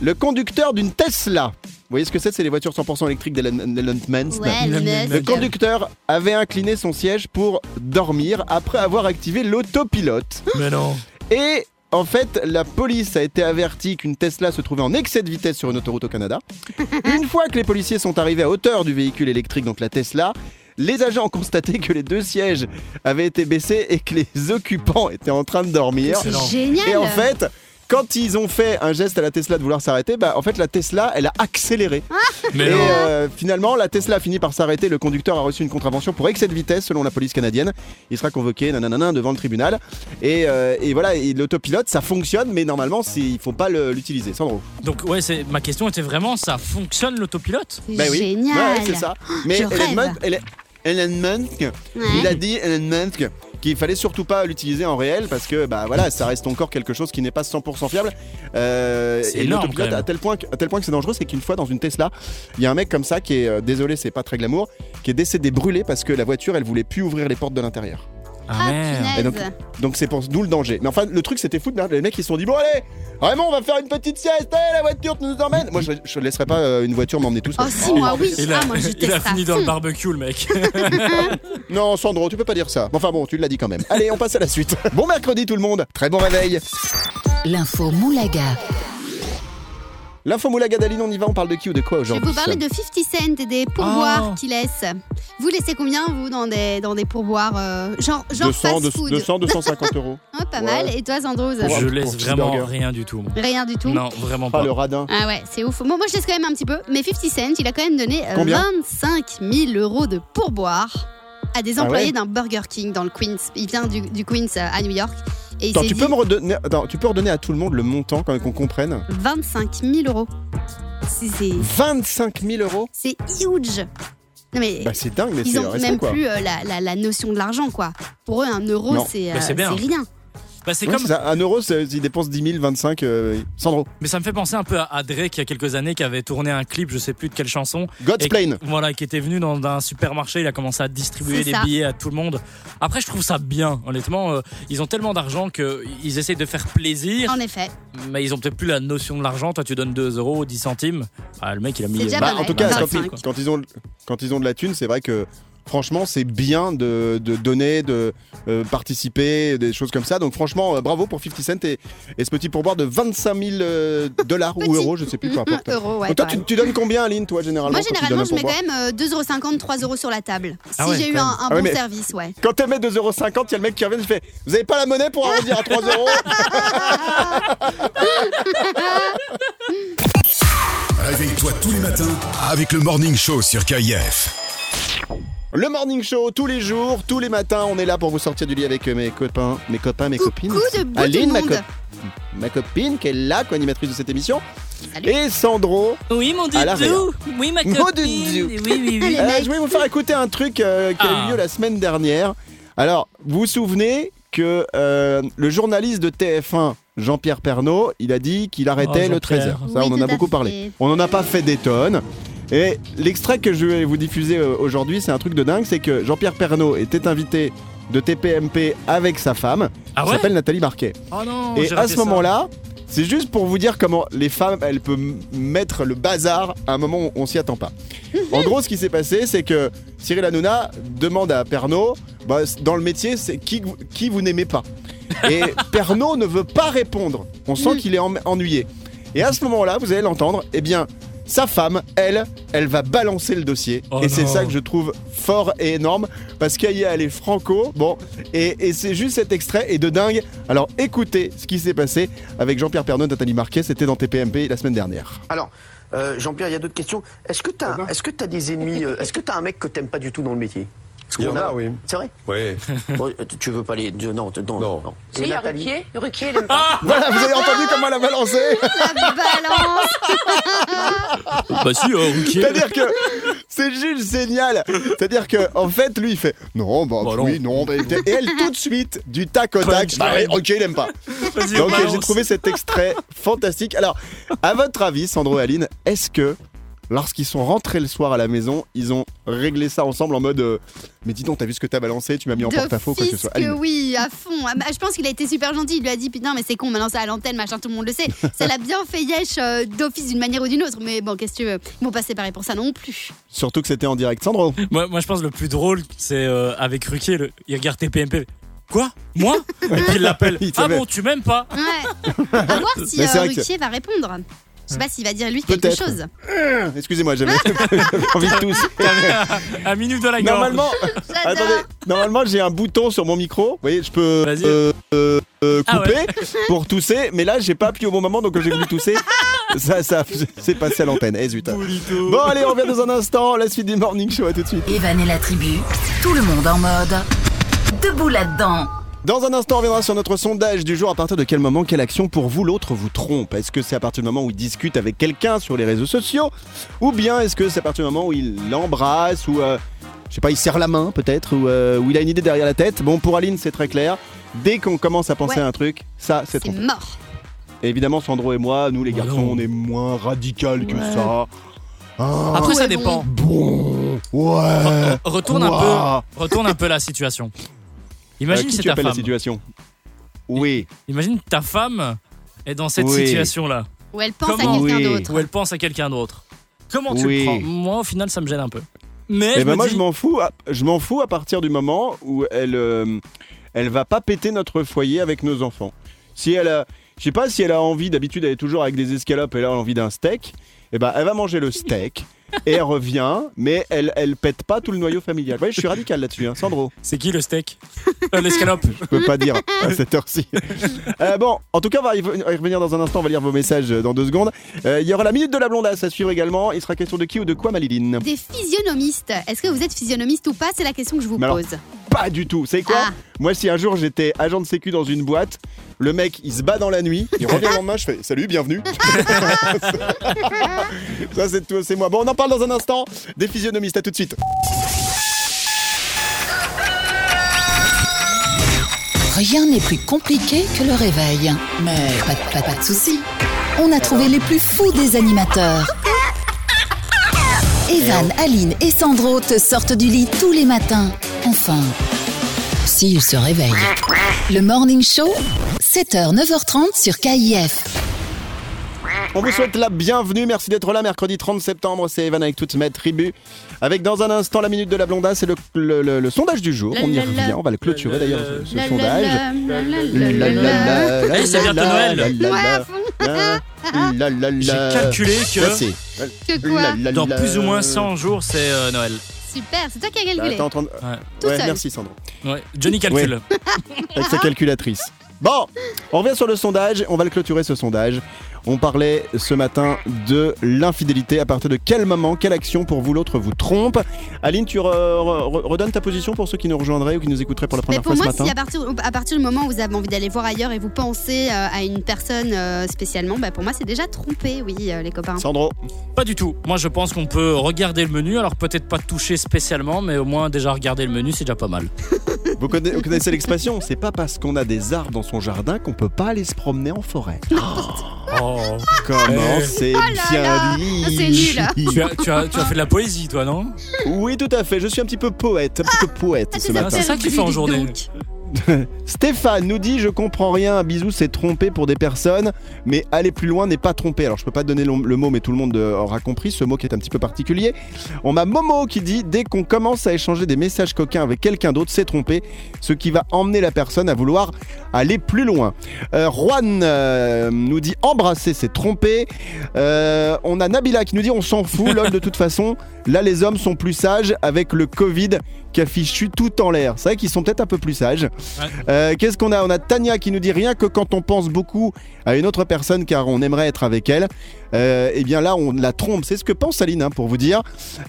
[SPEAKER 2] Le conducteur d'une Tesla. Vous voyez ce que c'est C'est les voitures 100% électriques d'Elon d'Elon Musk.
[SPEAKER 3] Ouais,
[SPEAKER 4] Le-
[SPEAKER 3] le
[SPEAKER 4] le-
[SPEAKER 2] Le
[SPEAKER 3] Musk.
[SPEAKER 2] conducteur avait incliné son siège pour dormir après avoir activé l'autopilote.
[SPEAKER 4] Mais non.
[SPEAKER 2] Et en fait, la police a été avertie qu'une Tesla se trouvait en excès de vitesse sur une autoroute au Canada. une fois que les policiers sont arrivés à hauteur du véhicule électrique, donc la Tesla, les agents ont constaté que les deux sièges avaient été baissés et que les occupants étaient en train de dormir.
[SPEAKER 3] C'est
[SPEAKER 4] Excellent.
[SPEAKER 3] génial.
[SPEAKER 2] Et en fait, quand ils ont fait un geste à la Tesla de vouloir s'arrêter, bah en fait la Tesla, elle a accéléré.
[SPEAKER 4] Mais
[SPEAKER 2] et
[SPEAKER 4] non.
[SPEAKER 2] euh, finalement, la Tesla a fini par s'arrêter. Le conducteur a reçu une contravention pour excès de vitesse selon la police canadienne. Il sera convoqué nanana, devant le tribunal. Et, euh, et voilà, et l'autopilote, ça fonctionne, mais normalement, c'est- il faut pas le- l'utiliser. Sandro.
[SPEAKER 4] Donc ouais, c'est ma question était vraiment ça fonctionne l'autopilote
[SPEAKER 2] Bah oui.
[SPEAKER 3] Génial.
[SPEAKER 2] Ouais, c'est ça. Mais
[SPEAKER 3] je
[SPEAKER 2] Elon
[SPEAKER 3] rêve.
[SPEAKER 2] Musk, Elon- Elon Musk, il a dit Elon Musk qu'il fallait surtout pas l'utiliser en réel parce que bah voilà ça reste encore quelque chose qui n'est pas 100% fiable Euh,
[SPEAKER 4] C'est
[SPEAKER 2] et
[SPEAKER 4] énorme, quand
[SPEAKER 2] l'autopilote
[SPEAKER 4] même.
[SPEAKER 2] à tel point que, à tel point que c'est dangereux c'est qu'une fois dans une Tesla il y a un mec comme ça qui est euh, désolé c'est pas très glamour qui est décédé brûlé parce que la voiture elle voulait plus ouvrir les portes de l'intérieur
[SPEAKER 3] Ah,
[SPEAKER 2] Et
[SPEAKER 3] punaise.
[SPEAKER 2] donc, donc c'est pour nous le danger mais enfin le truc c'était fou hein. les mecs ils se sont dit bon allez vraiment on va faire une petite sieste Allez, la voiture tu nous emmènes moi je, je laisserais pas euh, une voiture m'emmener tout seul
[SPEAKER 3] Oh si, moi oui.
[SPEAKER 4] Il a,
[SPEAKER 3] ah, moi je
[SPEAKER 4] il a
[SPEAKER 3] teste ça.
[SPEAKER 4] fini dans le barbecue le mec.
[SPEAKER 2] Non, Sandro, tu peux pas dire ça. Enfin bon, tu l'as dit quand même. Allez, on passe à la suite. Bon mercredi tout le monde, très bon réveil.
[SPEAKER 1] L'info Moulaga.
[SPEAKER 2] L'info moulaga d'Aline, on y va, on parle de qui ou de quoi
[SPEAKER 3] Je vais
[SPEAKER 2] aujourd'hui
[SPEAKER 3] vous parler de 50 Cent et des pourboires
[SPEAKER 4] Oh.
[SPEAKER 3] qu'il laisse. Vous laissez combien, vous, dans des, dans des pourboires euh, Genre, genre
[SPEAKER 2] 200,
[SPEAKER 3] fast food
[SPEAKER 2] 200, 250 euros.
[SPEAKER 3] Ouais, Pas
[SPEAKER 2] Ouais.
[SPEAKER 3] mal. Et toi, Sandrose
[SPEAKER 2] Pour-
[SPEAKER 4] Je laisse
[SPEAKER 2] pour
[SPEAKER 4] vraiment
[SPEAKER 2] cheeseburger.
[SPEAKER 4] rien du tout. moi.
[SPEAKER 3] Rien du tout
[SPEAKER 4] Non, vraiment
[SPEAKER 2] Pas
[SPEAKER 4] pas.
[SPEAKER 2] le radin.
[SPEAKER 3] Ah ouais, c'est ouf. Moi, moi, je laisse quand même un petit peu. Mais 50 Cent, il a quand même donné euh,
[SPEAKER 2] Combien
[SPEAKER 3] 25 000 euros de pourboire à des
[SPEAKER 2] Ah
[SPEAKER 3] employés
[SPEAKER 2] ouais
[SPEAKER 3] d'un Burger King dans le Queens. Il vient du, du Queens euh, à New York. Et il
[SPEAKER 2] Attends,
[SPEAKER 3] s'est
[SPEAKER 2] tu
[SPEAKER 3] dit
[SPEAKER 2] peux me redonner, attends, tu peux redonner à tout le monde le montant quand même qu'on comprenne
[SPEAKER 3] 25 000 euros. C'est- C'est
[SPEAKER 2] 25 000 euros
[SPEAKER 3] c'est huge. Non mais
[SPEAKER 2] Bah c'est dingue, mais
[SPEAKER 3] ils
[SPEAKER 2] c'est
[SPEAKER 3] ont
[SPEAKER 2] resté
[SPEAKER 3] même
[SPEAKER 2] quoi.
[SPEAKER 3] plus euh, la, la- la notion de l'argent quoi. Pour eux, un euro,
[SPEAKER 2] Non.
[SPEAKER 3] c'est
[SPEAKER 4] Bah,
[SPEAKER 3] euh,
[SPEAKER 4] c'est
[SPEAKER 3] c'est
[SPEAKER 4] bien.
[SPEAKER 3] rien.
[SPEAKER 4] Bah, c'est
[SPEAKER 2] Ouais,
[SPEAKER 4] comme
[SPEAKER 2] c'est ça, un euro, c'est- il dépense 10 000, 25 euh, Sandro,
[SPEAKER 4] Mais ça me fait penser un peu à, à Drake il y a quelques années qui avait tourné un clip, je sais plus de quelle chanson.
[SPEAKER 2] God's
[SPEAKER 4] Et-
[SPEAKER 2] Plane.
[SPEAKER 4] Voilà, qui était venu dans un supermarché, il a commencé à distribuer
[SPEAKER 3] C'est
[SPEAKER 4] des
[SPEAKER 3] ça.
[SPEAKER 4] billets à tout le monde. Après, je trouve ça bien, honnêtement. euh, ils ont tellement d'argent qu'ils essayent de faire plaisir,
[SPEAKER 3] En effet.
[SPEAKER 4] mais ils ont peut-être plus la notion de l'argent. Toi, tu donnes 2 euros, 10 centimes. Bah, le mec, il a mis.
[SPEAKER 3] C'est déjà
[SPEAKER 2] Bah,
[SPEAKER 3] pas
[SPEAKER 2] en
[SPEAKER 3] mal.
[SPEAKER 2] tout cas, quand,
[SPEAKER 3] 25,
[SPEAKER 2] ils-
[SPEAKER 4] quoi.
[SPEAKER 2] quand ils ont, quand ils ont de la thune, c'est vrai que franchement, c'est bien de, de donner, de euh, participer, des choses comme ça. Donc franchement, euh, bravo pour 50 Cent et, et ce petit pourboire de 25 000 euh, dollars ou
[SPEAKER 3] Petit.
[SPEAKER 2] euros, je sais plus, peu
[SPEAKER 3] Un
[SPEAKER 2] importe.
[SPEAKER 3] euro, ouais.
[SPEAKER 2] Donc toi,
[SPEAKER 3] pareil.
[SPEAKER 2] tu, tu donnes combien, Aline, toi, généralement
[SPEAKER 3] Moi,
[SPEAKER 2] quand tu
[SPEAKER 3] généralement,
[SPEAKER 2] donnes un
[SPEAKER 3] je mets
[SPEAKER 2] pourboire
[SPEAKER 3] quand même euh, 2,50 3 euros sur la table. Si
[SPEAKER 4] Ah ouais,
[SPEAKER 3] j'ai eu
[SPEAKER 4] quand
[SPEAKER 3] un,
[SPEAKER 4] même.
[SPEAKER 3] un
[SPEAKER 2] Ah ouais,
[SPEAKER 3] bon
[SPEAKER 2] mais-
[SPEAKER 3] service, ouais.
[SPEAKER 2] Quand t'émets 2,50€, il y a le mec qui revient, il fait Vous avez pas la monnaie pour arrondir à 3 euros
[SPEAKER 6] Réveille-toi tous les matins avec le Morning Show sur KIF.
[SPEAKER 2] Le morning show, tous les jours, tous les matins, on est là pour vous sortir du lit avec mes copains, mes copains, mes
[SPEAKER 3] Coucou
[SPEAKER 2] copines.
[SPEAKER 3] de bout
[SPEAKER 2] Aline,
[SPEAKER 3] du
[SPEAKER 2] ma,
[SPEAKER 3] monde.
[SPEAKER 2] co- ma copine, qui est là, co-animatrice de cette émission.
[SPEAKER 3] Salut.
[SPEAKER 2] Et Sandro.
[SPEAKER 4] Oui, mon
[SPEAKER 2] À l'arrière.
[SPEAKER 4] doudou. Oui, ma
[SPEAKER 2] Mon
[SPEAKER 4] copine.
[SPEAKER 2] doudou.
[SPEAKER 4] Oui, oui, oui.
[SPEAKER 3] Les
[SPEAKER 2] Euh,
[SPEAKER 3] mecs.
[SPEAKER 2] je voulais vous faire écouter un truc euh, qui a
[SPEAKER 4] Ah.
[SPEAKER 2] eu lieu la semaine dernière. Alors, vous vous souvenez que euh, le journaliste de TF1, Jean-Pierre Pernaud, il a dit qu'il arrêtait
[SPEAKER 4] Oh,
[SPEAKER 2] le 13h.
[SPEAKER 4] Jean-Pierre.
[SPEAKER 2] Ça,
[SPEAKER 3] Oui,
[SPEAKER 2] on en
[SPEAKER 3] tout
[SPEAKER 2] a
[SPEAKER 3] à
[SPEAKER 2] beaucoup
[SPEAKER 3] fait.
[SPEAKER 2] parlé. On n'en a pas fait des tonnes. Et l'extrait que je vais vous diffuser euh, aujourd'hui, c'est un truc de dingue, c'est que Jean-Pierre Pernaud était invité de TPMP avec sa femme,
[SPEAKER 4] Ah
[SPEAKER 2] qui
[SPEAKER 4] ouais
[SPEAKER 2] s'appelle Nathalie Marquet.
[SPEAKER 4] Oh non,
[SPEAKER 2] Et
[SPEAKER 4] j'ai
[SPEAKER 2] à
[SPEAKER 4] raté
[SPEAKER 2] ce
[SPEAKER 4] ça.
[SPEAKER 2] moment-là, c'est juste pour vous dire comment les femmes, elles peuvent m- mettre le bazar à un moment où on s'y attend pas. en gros, ce qui s'est passé, c'est que Cyril Hanouna demande à Pernaud, bah, c- dans le métier, c'est qui, que vous- qui vous n'aimez pas. Et Pernaud ne veut pas répondre. On sent
[SPEAKER 3] Mm.
[SPEAKER 2] qu'il est en- ennuyé. Et à ce moment-là, vous allez l'entendre, eh bien, sa femme, elle, elle va balancer le dossier.
[SPEAKER 4] Oh
[SPEAKER 2] et c'est
[SPEAKER 4] non.
[SPEAKER 2] ça que je trouve fort et énorme, parce qu'elle y est allée franco. Bon, et, et c'est juste cet extrait est de dingue. Alors écoutez ce qui s'est passé avec Jean-Pierre Pernaud, Nathalie Marquet, c'était dans TPMP la semaine dernière.
[SPEAKER 7] Alors, euh, Jean-Pierre, il y a d'autres questions. Est-ce que tu as, est-ce que t'as des ennemis euh, Est-ce que tu as un mec que t'aimes pas du tout dans le métier
[SPEAKER 8] Il y en a, oui.
[SPEAKER 7] C'est vrai
[SPEAKER 8] Oui.
[SPEAKER 7] Bon, euh, Tu veux pas les... de- Non, de- non,
[SPEAKER 8] Non.
[SPEAKER 7] non.
[SPEAKER 9] Si,
[SPEAKER 7] Et
[SPEAKER 9] il y a
[SPEAKER 7] Nathalie
[SPEAKER 9] Ruquier. Ruquier, il aime pas.
[SPEAKER 2] Voilà, vous avez entendu comment elle a balancé
[SPEAKER 3] La balance
[SPEAKER 4] Bah, si, euh, Ruquier.
[SPEAKER 2] C'est-à-dire que c'est juste génial. C'est-à-dire que en fait, lui, il fait non, bah,
[SPEAKER 4] Bah non.
[SPEAKER 2] oui, non. bah, et elle tout de suite du tac au tac.
[SPEAKER 4] Punchline.
[SPEAKER 2] Bah, ouais, ok, il aime pas.
[SPEAKER 4] Vas-y, on
[SPEAKER 2] Donc
[SPEAKER 4] balance.
[SPEAKER 2] j'ai trouvé cet extrait fantastique. Alors, à votre avis, Sandro et Aline, est-ce que lorsqu'ils sont rentrés le soir à la maison, ils ont réglé ça ensemble en mode euh, mais dis donc, t'as vu ce que t'as balancé, tu m'as mis en porte-à-faux quoi que ce
[SPEAKER 3] D'office
[SPEAKER 2] soit.
[SPEAKER 3] que
[SPEAKER 2] Aline.
[SPEAKER 3] oui, à fond. Ah bah, Je pense qu'il a été super gentil. Il lui a dit Putain, mais c'est con, maintenant c'est à l'antenne, machin, tout le monde le sait. Ça l'a bien fait yesh euh, d'office d'une manière ou d'une autre. Mais bon, qu'est-ce que tu veux Ils vont pas se séparer pour ça non plus.
[SPEAKER 2] Surtout que c'était en direct. Sandro,
[SPEAKER 4] Moi, moi, je pense que le plus drôle, c'est euh, avec Ruquier. le- il regarde TPMP. Quoi Moi Et puis il l'appelle.
[SPEAKER 2] Il
[SPEAKER 4] Ah
[SPEAKER 2] t'appelle.
[SPEAKER 4] bon, tu m'aimes pas
[SPEAKER 3] Ouais. à voir si
[SPEAKER 2] Mais c'est
[SPEAKER 3] euh,
[SPEAKER 2] vrai que-
[SPEAKER 3] Ruquier va répondre. Je sais pas s'il va dire lui quelque
[SPEAKER 2] Peut-être.
[SPEAKER 3] chose.
[SPEAKER 2] excusez-moi, j'avais j'avais envie de tous.
[SPEAKER 4] À minute de la gorge.
[SPEAKER 2] Normalement, attendez, normalement j'ai un bouton sur mon micro. Vous voyez, je peux
[SPEAKER 4] Vas-y.
[SPEAKER 2] euh, euh,
[SPEAKER 4] Ah
[SPEAKER 2] couper pour tousser, mais là j'ai pas appuyé au bon moment, donc quand j'ai voulu tousser, ça, ça c'est passé à l'antenne. Eh zut.
[SPEAKER 4] Boulito.
[SPEAKER 2] Bon allez, on revient dans un instant. La suite du morning show, à tout de suite.
[SPEAKER 1] Evan et la tribu, tout le monde en mode. Debout là-dedans.
[SPEAKER 2] Dans un instant, on reviendra sur notre sondage du jour. À partir de quel moment, quelle action pour vous l'autre vous trompe Est-ce que c'est à partir du moment où il discute avec quelqu'un sur les réseaux sociaux Ou bien est-ce que c'est à partir du moment où il l'embrasse Ou, euh, je sais pas, il serre la main peut-être Ou euh, où il a une idée derrière la tête Bon, pour Aline, c'est très clair. Dès qu'on commence à penser
[SPEAKER 3] Ouais.
[SPEAKER 2] à un truc, ça, c'est
[SPEAKER 3] C'est
[SPEAKER 2] trompé.
[SPEAKER 3] mort.
[SPEAKER 2] Et évidemment, Sandro et moi, nous les
[SPEAKER 4] Bah
[SPEAKER 2] garçons,
[SPEAKER 4] non.
[SPEAKER 2] on est moins radical que ça. Ah,
[SPEAKER 4] Après, ça
[SPEAKER 3] Ouais,
[SPEAKER 4] dépend.
[SPEAKER 2] bon, ouais.
[SPEAKER 4] Retourne un
[SPEAKER 2] Ouah.
[SPEAKER 4] peu, retourne un peu la situation.
[SPEAKER 2] Euh,
[SPEAKER 4] Imagine
[SPEAKER 2] qui
[SPEAKER 4] c'est
[SPEAKER 2] tu
[SPEAKER 4] ta
[SPEAKER 2] appelles la
[SPEAKER 4] femme.
[SPEAKER 2] situation Oui.
[SPEAKER 4] Imagine ta femme est dans cette
[SPEAKER 2] Oui.
[SPEAKER 4] situation-là,
[SPEAKER 3] Ou elle pense
[SPEAKER 4] Comment
[SPEAKER 3] à quelqu'un
[SPEAKER 2] Oui.
[SPEAKER 3] d'autre.
[SPEAKER 4] où elle pense à quelqu'un d'autre. Comment tu
[SPEAKER 2] Oui.
[SPEAKER 4] le prends Moi, au final, ça me gêne un peu. Mais
[SPEAKER 2] Eh
[SPEAKER 4] je
[SPEAKER 2] ben
[SPEAKER 4] me
[SPEAKER 2] moi,
[SPEAKER 4] dis-
[SPEAKER 2] je m'en fous. à- Je m'en fous à partir du moment où elle, euh, elle va pas péter notre foyer avec nos enfants. Si elle, a- je Je sais pas si elle a envie, d'habitude elle est toujours avec des escalopes et là elle a envie d'un steak. Et ben elle va manger le steak et elle revient, mais elle, elle pète pas tout le noyau familial. Vous voyez, je suis radical là-dessus, hein, Sandro.
[SPEAKER 4] C'est qui le steak Euh, L'escalope.
[SPEAKER 2] Je peux pas dire à cette heure-ci. Euh, bon, en tout cas, on va y y revenir dans un instant. On va lire vos messages euh, dans deux secondes. Euh, Il y aura la minute de la blondasse à suivre également. Il sera question de qui ou de quoi, Maliline
[SPEAKER 3] Des physionomistes. Est-ce que vous êtes physionomiste ou pas C'est la question que je vous
[SPEAKER 2] Mais alors-
[SPEAKER 3] pose.
[SPEAKER 2] Pas du tout. C'est quoi
[SPEAKER 3] Ah.
[SPEAKER 2] Moi, si un jour j'étais agent de sécu dans une boîte, le mec il se bat dans la nuit, il revient le lendemain, je fais salut, bienvenue. Ça, c'est tout, c'est moi. Bon, on en parle dans un instant. Des physionomistes, à tout de suite.
[SPEAKER 1] Rien n'est plus compliqué que le réveil. Mais pas, de- pas- pas de soucis. On a trouvé les plus fous des animateurs. Evan, Aline et Sandro te sortent du lit tous les matins. Enfin, s'ils se réveillent. Le Morning Show, 7h, 9h30 sur KIF.
[SPEAKER 2] On vous souhaite la bienvenue, merci d'être là. Mercredi 30 septembre, c'est Evan avec toute ma tribu. Avec dans un instant la minute de la blonda, c'est le, le- le- le sondage du jour.
[SPEAKER 3] La
[SPEAKER 2] on y
[SPEAKER 3] la
[SPEAKER 2] revient,
[SPEAKER 3] la.
[SPEAKER 2] on va le clôturer
[SPEAKER 4] La la
[SPEAKER 2] d'ailleurs
[SPEAKER 4] la.
[SPEAKER 2] ce, ce
[SPEAKER 3] La, la,
[SPEAKER 2] sondage.
[SPEAKER 3] la,
[SPEAKER 2] La
[SPEAKER 3] la,
[SPEAKER 2] la
[SPEAKER 3] la, la.
[SPEAKER 2] la la
[SPEAKER 4] Eh, c'est
[SPEAKER 2] la
[SPEAKER 4] bientôt
[SPEAKER 2] la
[SPEAKER 4] Noël.
[SPEAKER 2] la
[SPEAKER 3] Ouais,
[SPEAKER 2] la
[SPEAKER 3] à fond.
[SPEAKER 2] la la la la.
[SPEAKER 4] J'ai calculé que
[SPEAKER 2] Merci.
[SPEAKER 3] Que quoi
[SPEAKER 2] La la
[SPEAKER 4] dans
[SPEAKER 2] la.
[SPEAKER 4] plus ou moins 100 jours, c'est euh, Noël.
[SPEAKER 3] Super, c'est toi qui as
[SPEAKER 2] Bah,
[SPEAKER 3] calculé.
[SPEAKER 2] t'es en train de-
[SPEAKER 3] Tout
[SPEAKER 2] Ouais,
[SPEAKER 3] seul. Ah
[SPEAKER 2] merci Sandro.
[SPEAKER 4] Ouais. Johnny calcule.
[SPEAKER 2] Avec sa calculatrice. Bon, on revient sur le sondage, on va le clôturer ce sondage. On parlait ce matin de l'infidélité. À partir de quel moment, quelle action pour vous l'autre vous trompe Aline, tu re- re- re- redonnes ta position pour ceux qui nous rejoindraient ou qui nous écouteraient pour la
[SPEAKER 3] Mais
[SPEAKER 2] première
[SPEAKER 3] pour
[SPEAKER 2] fois
[SPEAKER 3] moi,
[SPEAKER 2] ce
[SPEAKER 3] si à
[SPEAKER 2] matin
[SPEAKER 3] partir, à partir du moment où vous avez envie d'aller voir ailleurs et vous pensez euh, à une personne euh, spécialement, bah, pour moi, c'est déjà trompé, oui, euh, les copains.
[SPEAKER 2] Sandro,
[SPEAKER 4] Pas du tout. Moi, je pense qu'on peut regarder le menu. Alors, peut-être pas toucher spécialement, mais au moins déjà regarder le menu, c'est déjà pas mal.
[SPEAKER 2] vous conna- vous connaissez l'expression C'est pas parce qu'on a des arbres dans son jardin qu'on peut pas aller se promener en forêt.
[SPEAKER 4] Oh.
[SPEAKER 2] Comment
[SPEAKER 4] Eh.
[SPEAKER 2] c'est
[SPEAKER 3] Ah. là
[SPEAKER 2] bien
[SPEAKER 3] là,
[SPEAKER 2] dit
[SPEAKER 3] c'est nul. hein.
[SPEAKER 4] tu, as, tu as- tu as fait de la poésie, toi, non
[SPEAKER 2] Oui, tout à fait. Je suis un petit peu poète, un petit peu poète ce
[SPEAKER 3] Ah, c'est
[SPEAKER 2] matin.
[SPEAKER 4] C'est ça que tu fais en
[SPEAKER 3] Dis
[SPEAKER 4] journée.
[SPEAKER 3] donc.
[SPEAKER 2] Stéphane nous dit je comprends rien, un bisou c'est tromper pour des personnes, mais aller plus loin n'est pas tromper. Alors je peux pas donner le, le mot mais tout le monde euh, aura compris ce mot qui est un petit peu particulier. On a Momo qui dit dès qu'on commence à échanger des messages coquins avec quelqu'un d'autre, c'est tromper, ce qui va emmener la personne à vouloir aller plus loin. Euh, Juan euh, nous dit embrasser c'est tromper. Euh, on a Nabila qui nous dit on s'en fout, lol de toute façon, là les hommes sont plus sages avec le Covid qui a fichu tout en l'air. C'est vrai qu'ils sont peut-être un peu plus sages. Euh, Qu'est-ce qu'on a On a Tania qui nous dit rien que quand on pense beaucoup à une autre personne car on aimerait être avec elle. Euh, eh bien là, on la trompe. C'est ce que pense Aline, hein, pour vous dire.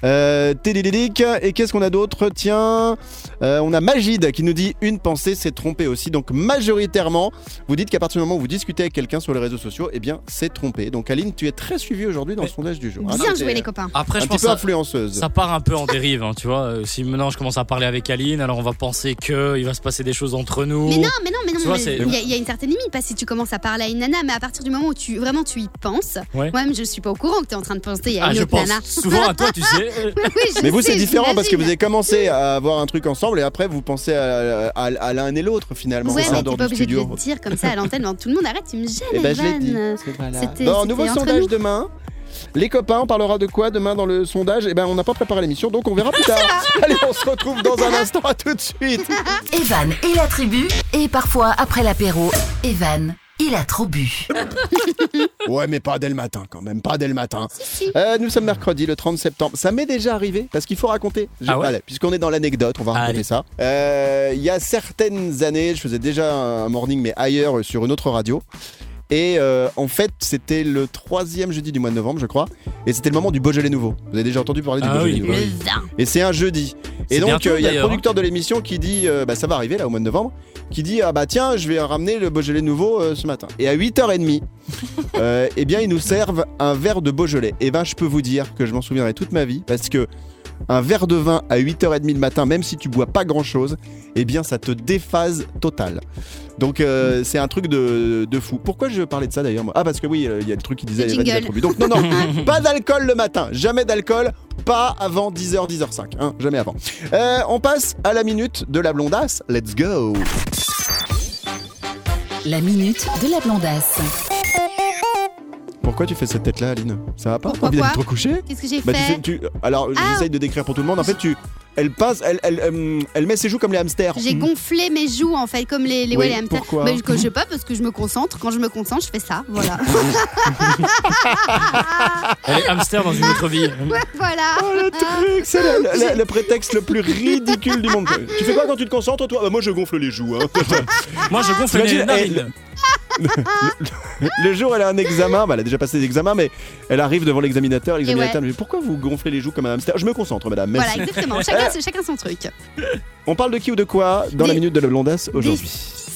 [SPEAKER 2] Euh, télédédic. Et qu'est-ce qu'on a d'autre Tiens, euh, on a Magide qui nous dit une pensée, c'est tromper aussi. Donc majoritairement, vous dites qu'à partir du moment où vous discutez avec quelqu'un sur les réseaux sociaux, eh bien c'est tromper. Donc Aline, tu es très suivie aujourd'hui dans le sondage du jour. hein.
[SPEAKER 3] Bien
[SPEAKER 2] T'es
[SPEAKER 3] joué, les copains.
[SPEAKER 4] Après,
[SPEAKER 2] Un
[SPEAKER 4] je
[SPEAKER 2] petit
[SPEAKER 4] pense
[SPEAKER 2] peu
[SPEAKER 4] que ça,
[SPEAKER 2] influenceuse.
[SPEAKER 4] ça part un peu en dérive, hein, tu vois. Euh, Si maintenant je commence à parler avec Aline, alors on va penser que il va se passer des choses entre nous.
[SPEAKER 3] Mais non, mais non, mais non,
[SPEAKER 4] Tu vois,
[SPEAKER 3] mais
[SPEAKER 4] c'est-
[SPEAKER 3] il y, a- il y a une certaine limite, pas si tu commences à parler à une nana, mais à partir du moment où tu vraiment tu y penses,
[SPEAKER 4] Ouais.
[SPEAKER 3] moi-même je suis pas au courant que tu es en train de penser à
[SPEAKER 4] Ah,
[SPEAKER 3] une
[SPEAKER 4] je
[SPEAKER 3] autre
[SPEAKER 4] pense
[SPEAKER 3] nana.
[SPEAKER 4] souvent à toi, tu sais.
[SPEAKER 3] Oui, oui, je
[SPEAKER 2] Mais vous,
[SPEAKER 3] sais,
[SPEAKER 2] c'est différent parce que vous
[SPEAKER 3] j'imagine.
[SPEAKER 2] avez commencé à avoir un truc ensemble et après, vous pensez à, à- à l'un et l'autre finalement.
[SPEAKER 3] Ouais,
[SPEAKER 2] en
[SPEAKER 3] mais
[SPEAKER 2] dehors
[SPEAKER 3] t'es pas
[SPEAKER 2] du
[SPEAKER 3] obligé de
[SPEAKER 2] studio.
[SPEAKER 3] le dire comme ça à l'antenne devant tout le monde. Arrête, tu me gênes,
[SPEAKER 2] Eh ben, je l'ai dit.
[SPEAKER 3] Evan. C'était-
[SPEAKER 2] Bon,
[SPEAKER 3] c'était
[SPEAKER 2] nouveau
[SPEAKER 3] entre
[SPEAKER 2] sondage
[SPEAKER 3] nous.
[SPEAKER 2] demain. Les copains, on parlera de quoi demain dans le sondage Eh ben, on n'a pas préparé l'émission, donc on verra plus tard. Allez, on se retrouve dans un instant. À tout de suite.
[SPEAKER 1] Evan et la tribu, et parfois après l'apéro, Evan, il a trop bu.
[SPEAKER 2] Ouais, mais pas dès le matin, quand même. Pas dès le matin.
[SPEAKER 3] Si, si.
[SPEAKER 2] Euh, nous sommes mercredi, le 30 septembre. Ça m'est déjà arrivé parce qu'il faut raconter. Je-
[SPEAKER 4] Ah ouais
[SPEAKER 2] allez, Puisqu'on est dans l'anecdote, on va raconter
[SPEAKER 4] Allez.
[SPEAKER 2] ça. Euh, Il y a certaines années, je faisais déjà un morning, mais ailleurs, euh, sur une autre radio. Et euh, en fait, c'était le troisième jeudi du mois de novembre, je crois. Et c'était le moment du Beaujolais Nouveau. Vous avez déjà entendu parler du
[SPEAKER 4] Ah
[SPEAKER 2] Beaujolais
[SPEAKER 4] oui.
[SPEAKER 2] Nouveau
[SPEAKER 3] Le vin.
[SPEAKER 2] Et c'est un jeudi.
[SPEAKER 4] C'est
[SPEAKER 2] Et donc,
[SPEAKER 4] bientôt,
[SPEAKER 2] euh, il y a le
[SPEAKER 4] d'ailleurs, hein.
[SPEAKER 2] producteur de l'émission qui dit euh, bah, Ça va arriver là au mois de novembre. Qui dit Ah bah tiens, je vais ramener le Beaujolais nouveau euh, ce matin. Et à 8h30, euh, eh bien, ils nous servent un verre de Beaujolais. Et ben, je peux vous dire que je m'en souviendrai toute ma vie parce que. Un verre de vin à 8h30 le matin, même si tu bois pas grand chose, eh bien ça te déphase total. Donc euh, c'est un truc de, de fou. Pourquoi je parlais de ça d'ailleurs moi Ah parce que oui, euh, il y a le truc qui disait
[SPEAKER 3] Le
[SPEAKER 2] Evan, il a
[SPEAKER 3] jingle.
[SPEAKER 2] trop bu. Donc non, non, pas d'alcool le matin, jamais d'alcool, pas avant 10h, 10h05, hein, jamais avant. Euh, on passe à la minute de la blondasse, let's go
[SPEAKER 1] La minute de la blondasse.
[SPEAKER 2] Pourquoi tu fais cette tête-là, Aline Ça va pas
[SPEAKER 3] Pourquoi
[SPEAKER 2] Envie d'aller te
[SPEAKER 3] quoi
[SPEAKER 2] recoucher
[SPEAKER 3] Qu'est-ce que j'ai
[SPEAKER 2] Bah, tu
[SPEAKER 3] fait
[SPEAKER 2] sais, tu. Alors,
[SPEAKER 3] Ah.
[SPEAKER 2] j'essaye de décrire pour tout le monde. En fait, tu. Elle pince, elle, elle, euh, elle met ses joues comme les hamsters.
[SPEAKER 3] J'ai gonflé mes joues en fait, comme les les
[SPEAKER 2] Oui,
[SPEAKER 3] ouais, les hamsters.
[SPEAKER 2] pourquoi
[SPEAKER 3] Bah, je, je sais pas parce que je me concentre. Quand je me concentre, je fais ça. Voilà.
[SPEAKER 4] Elle est hamster dans une autre vie.
[SPEAKER 3] voilà.
[SPEAKER 2] Oh, le truc, c'est le, le- le- le prétexte le plus ridicule du monde. Tu fais quoi quand tu te concentres, toi Bah, Moi, je gonfle les joues. hein.
[SPEAKER 4] Moi, je gonfle les
[SPEAKER 2] T'imagines,
[SPEAKER 4] narines.
[SPEAKER 2] le jour où elle a un examen, bah, elle a déjà passé l'examen, mais elle arrive devant l'examinateur. L'examinateur
[SPEAKER 3] ouais.
[SPEAKER 2] lui dit Pourquoi vous gonflez les joues comme un hamster Je me concentre, madame. merci.
[SPEAKER 3] Voilà, exactement. Chacun, chacun son truc.
[SPEAKER 2] On parle de qui ou de quoi dans la
[SPEAKER 3] Des-
[SPEAKER 2] minute de la blondasse aujourd'hui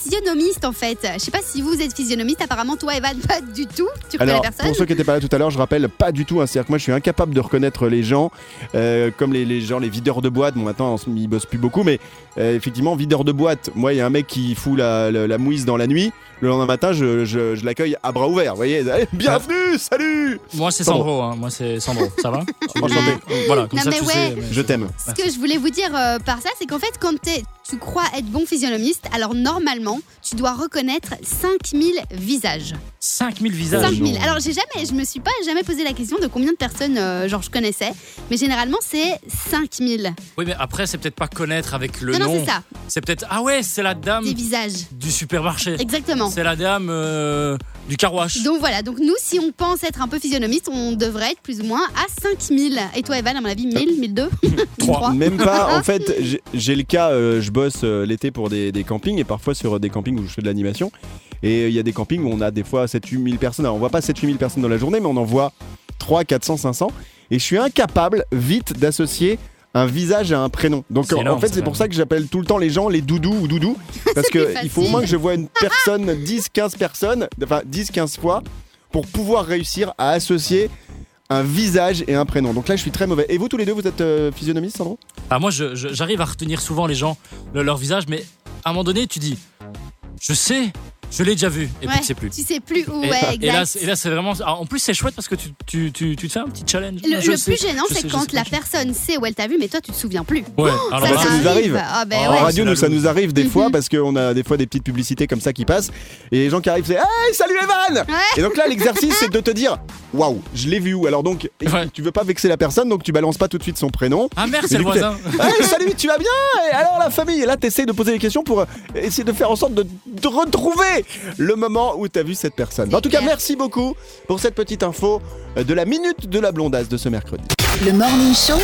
[SPEAKER 3] Physionomiste en fait. Je sais pas si vous êtes physionomiste. Apparemment, toi, Evan, pas du tout. Tu connais
[SPEAKER 2] Alors,
[SPEAKER 3] personne.
[SPEAKER 2] pour ceux qui n'étaient pas là tout à l'heure, je rappelle pas du tout. hein. C'est-à-dire que moi, je suis incapable de reconnaître les gens, euh, comme les, les gens, les videurs de boîte. Bon, maintenant, on se- ils bossent plus beaucoup, mais euh, effectivement, videur de boîte. Moi, il y a un mec qui fout la, la, la mouise dans la nuit. Le lendemain matin, je, je- je l'accueille à bras ouverts. Vous voyez, Allez, bienvenue, salut
[SPEAKER 4] Moi, c'est
[SPEAKER 2] Sandro. Ah,
[SPEAKER 4] Sandro. hein. Moi, c'est Sandro. Ça va Tu-
[SPEAKER 2] Enchanté.
[SPEAKER 4] Voilà, comme
[SPEAKER 3] Non,
[SPEAKER 4] ça,
[SPEAKER 3] mais
[SPEAKER 4] tu
[SPEAKER 3] ouais.
[SPEAKER 4] sais. mais-
[SPEAKER 2] Je t'aime.
[SPEAKER 3] Ce que je voulais vous dire euh, par ça, c'est qu'en fait, quand t'es- tu crois être bon physionomiste, alors normalement, tu dois reconnaître 5000 visages.
[SPEAKER 4] 5000
[SPEAKER 2] Ah,
[SPEAKER 4] visages.
[SPEAKER 3] 5000.
[SPEAKER 2] non.
[SPEAKER 3] Alors, j'ai jamais, je me suis pas jamais posé la question de combien de personnes euh, genre je connaissais, mais généralement, c'est 5000.
[SPEAKER 4] Oui, mais après, c'est peut-être pas connaître avec le
[SPEAKER 3] non,
[SPEAKER 4] nom.
[SPEAKER 3] non, c'est ça,
[SPEAKER 4] C'est peut-être. Ah ouais, c'est la dame
[SPEAKER 3] des visages.
[SPEAKER 4] du supermarché.
[SPEAKER 3] Exactement.
[SPEAKER 4] C'est la dame euh, du carouache.
[SPEAKER 3] Donc voilà, donc nous, si on pense être un peu physionomiste, on devrait être plus ou moins à 5000. Et toi, Evan, à mon avis, 1000, 1002
[SPEAKER 4] Trois.
[SPEAKER 2] Même pas, en fait, j'ai- j'ai le cas, euh, je bosse euh, l'été pour des, des campings et parfois sur des campings où je fais de l'animation. Et euh, il y a des campings où on a des fois 7-8 000 personnes. Alors on voit pas 7-8 000 personnes dans la journée, mais on en voit 3, 400, 500. Et je suis incapable vite d'associer un visage à un prénom. Donc
[SPEAKER 4] C'est
[SPEAKER 2] en, en
[SPEAKER 4] énorme,
[SPEAKER 2] fait,
[SPEAKER 4] ça,
[SPEAKER 2] c'est
[SPEAKER 4] quand
[SPEAKER 2] pour ça que j'appelle tout le temps les gens les doudous ou doudous. Parce
[SPEAKER 3] plus
[SPEAKER 2] que il faut au
[SPEAKER 3] facile.
[SPEAKER 2] moins que je vois une personne, 10, 15 personnes, enfin 10, 15 fois, pour pouvoir réussir à associer un visage et un prénom. Donc là, je suis très mauvais. Et vous, tous les deux, vous êtes euh, physionomistes, Sandro
[SPEAKER 4] Ah, moi, je- je- j'arrive à retenir souvent les gens, le- leur visage, mais à un moment donné, tu dis Je sais, je l'ai déjà vu. Et
[SPEAKER 3] Ouais,
[SPEAKER 4] puis, tu sais plus.
[SPEAKER 3] Tu sais plus où,
[SPEAKER 4] Et-
[SPEAKER 3] ouais,
[SPEAKER 4] et, là,
[SPEAKER 3] exact.
[SPEAKER 4] c'est- et là, c'est vraiment. ah, En plus, c'est chouette parce que tu, tu, tu, tu te fais un petit challenge.
[SPEAKER 3] le
[SPEAKER 4] Je
[SPEAKER 3] le
[SPEAKER 4] sais,
[SPEAKER 3] plus gênant,
[SPEAKER 4] je sais,
[SPEAKER 3] c'est
[SPEAKER 4] je
[SPEAKER 3] quand
[SPEAKER 4] sais
[SPEAKER 3] la
[SPEAKER 4] plus.
[SPEAKER 3] personne sait où elle t'a vu, mais toi, tu te souviens plus.
[SPEAKER 4] Ouais, alors
[SPEAKER 2] ça,
[SPEAKER 4] là,
[SPEAKER 2] c'est- nous arrive.
[SPEAKER 3] Ah, ben
[SPEAKER 4] Ah,
[SPEAKER 2] en
[SPEAKER 3] ouais.
[SPEAKER 2] radio,
[SPEAKER 4] c'est
[SPEAKER 2] nous,
[SPEAKER 4] la
[SPEAKER 2] ça
[SPEAKER 4] loose.
[SPEAKER 2] nous arrive des
[SPEAKER 3] Mhm.
[SPEAKER 2] fois parce qu'on a des fois des petites publicités comme ça qui passent et les gens qui arrivent, c'est Hey, salut Evan Et donc là, l'exercice, c'est de te dire Waouh, je l'ai vu où Alors donc,
[SPEAKER 4] Ouais.
[SPEAKER 2] tu veux pas vexer la personne, donc tu balances pas tout de suite son prénom.
[SPEAKER 4] Ah merde, c'est
[SPEAKER 2] Mais
[SPEAKER 4] le
[SPEAKER 2] du coup, t'es-
[SPEAKER 4] voisin.
[SPEAKER 2] Hey, salut, tu vas bien Et alors la famille Et là, t'essayes de poser des questions pour euh, essayer de faire en sorte de, de retrouver le moment où t'as vu cette personne. En tout cas,
[SPEAKER 3] clair.
[SPEAKER 2] merci beaucoup pour cette petite info euh, de la minute de la blondasse de ce mercredi.
[SPEAKER 1] Le Morning Show,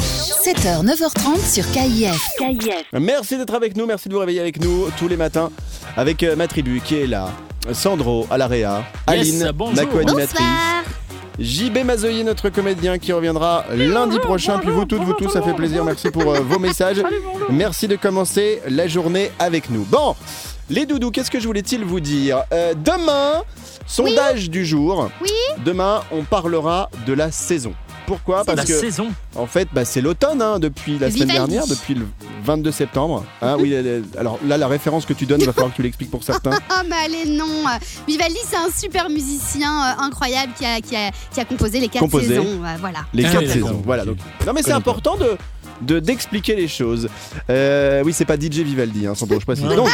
[SPEAKER 1] 7h, 9h30 sur KIF.
[SPEAKER 2] Merci d'être avec nous, merci de vous réveiller avec nous tous les matins avec euh, ma tribu qui est là. Sandro Alaréa,
[SPEAKER 4] Yes,
[SPEAKER 2] Aline,
[SPEAKER 4] bonjour.
[SPEAKER 2] ma co-animatrice,
[SPEAKER 3] Bonsoir.
[SPEAKER 2] JB Mazoyer, notre comédien qui reviendra lundi prochain. Puis vous toutes, vous tous, ça fait plaisir. Merci pour euh, vos messages. Merci de commencer la journée avec nous. Bon, les doudous, qu'est-ce que je voulais-il vous dire Euh, Demain, sondage du jour.
[SPEAKER 3] Oui.
[SPEAKER 2] Demain, on parlera de la saison. Pourquoi Parce
[SPEAKER 4] La
[SPEAKER 2] que
[SPEAKER 4] saison.
[SPEAKER 2] en fait, bah, c'est l'automne hein, depuis la semaine
[SPEAKER 3] Vivaldi.
[SPEAKER 2] dernière, depuis le 22 septembre. Hein, oui, elle- elle- alors là, la référence que tu donnes, il va falloir que tu l'expliques pour certains.
[SPEAKER 3] Ah mais allez non Vivaldi c'est un super musicien euh, incroyable qui a, qui, a, qui a composé les quatre
[SPEAKER 2] Composé.
[SPEAKER 3] saisons. euh, voilà.
[SPEAKER 2] Les
[SPEAKER 4] Ah,
[SPEAKER 2] quatre
[SPEAKER 4] oui, d'accord.
[SPEAKER 2] saisons. Voilà. Donc. Non, mais c'est
[SPEAKER 4] Connais pas.
[SPEAKER 2] important de de- d'expliquer les choses. Euh, oui, c'est pas DJ Vivaldi, hein, sans doute, je précise. Donc,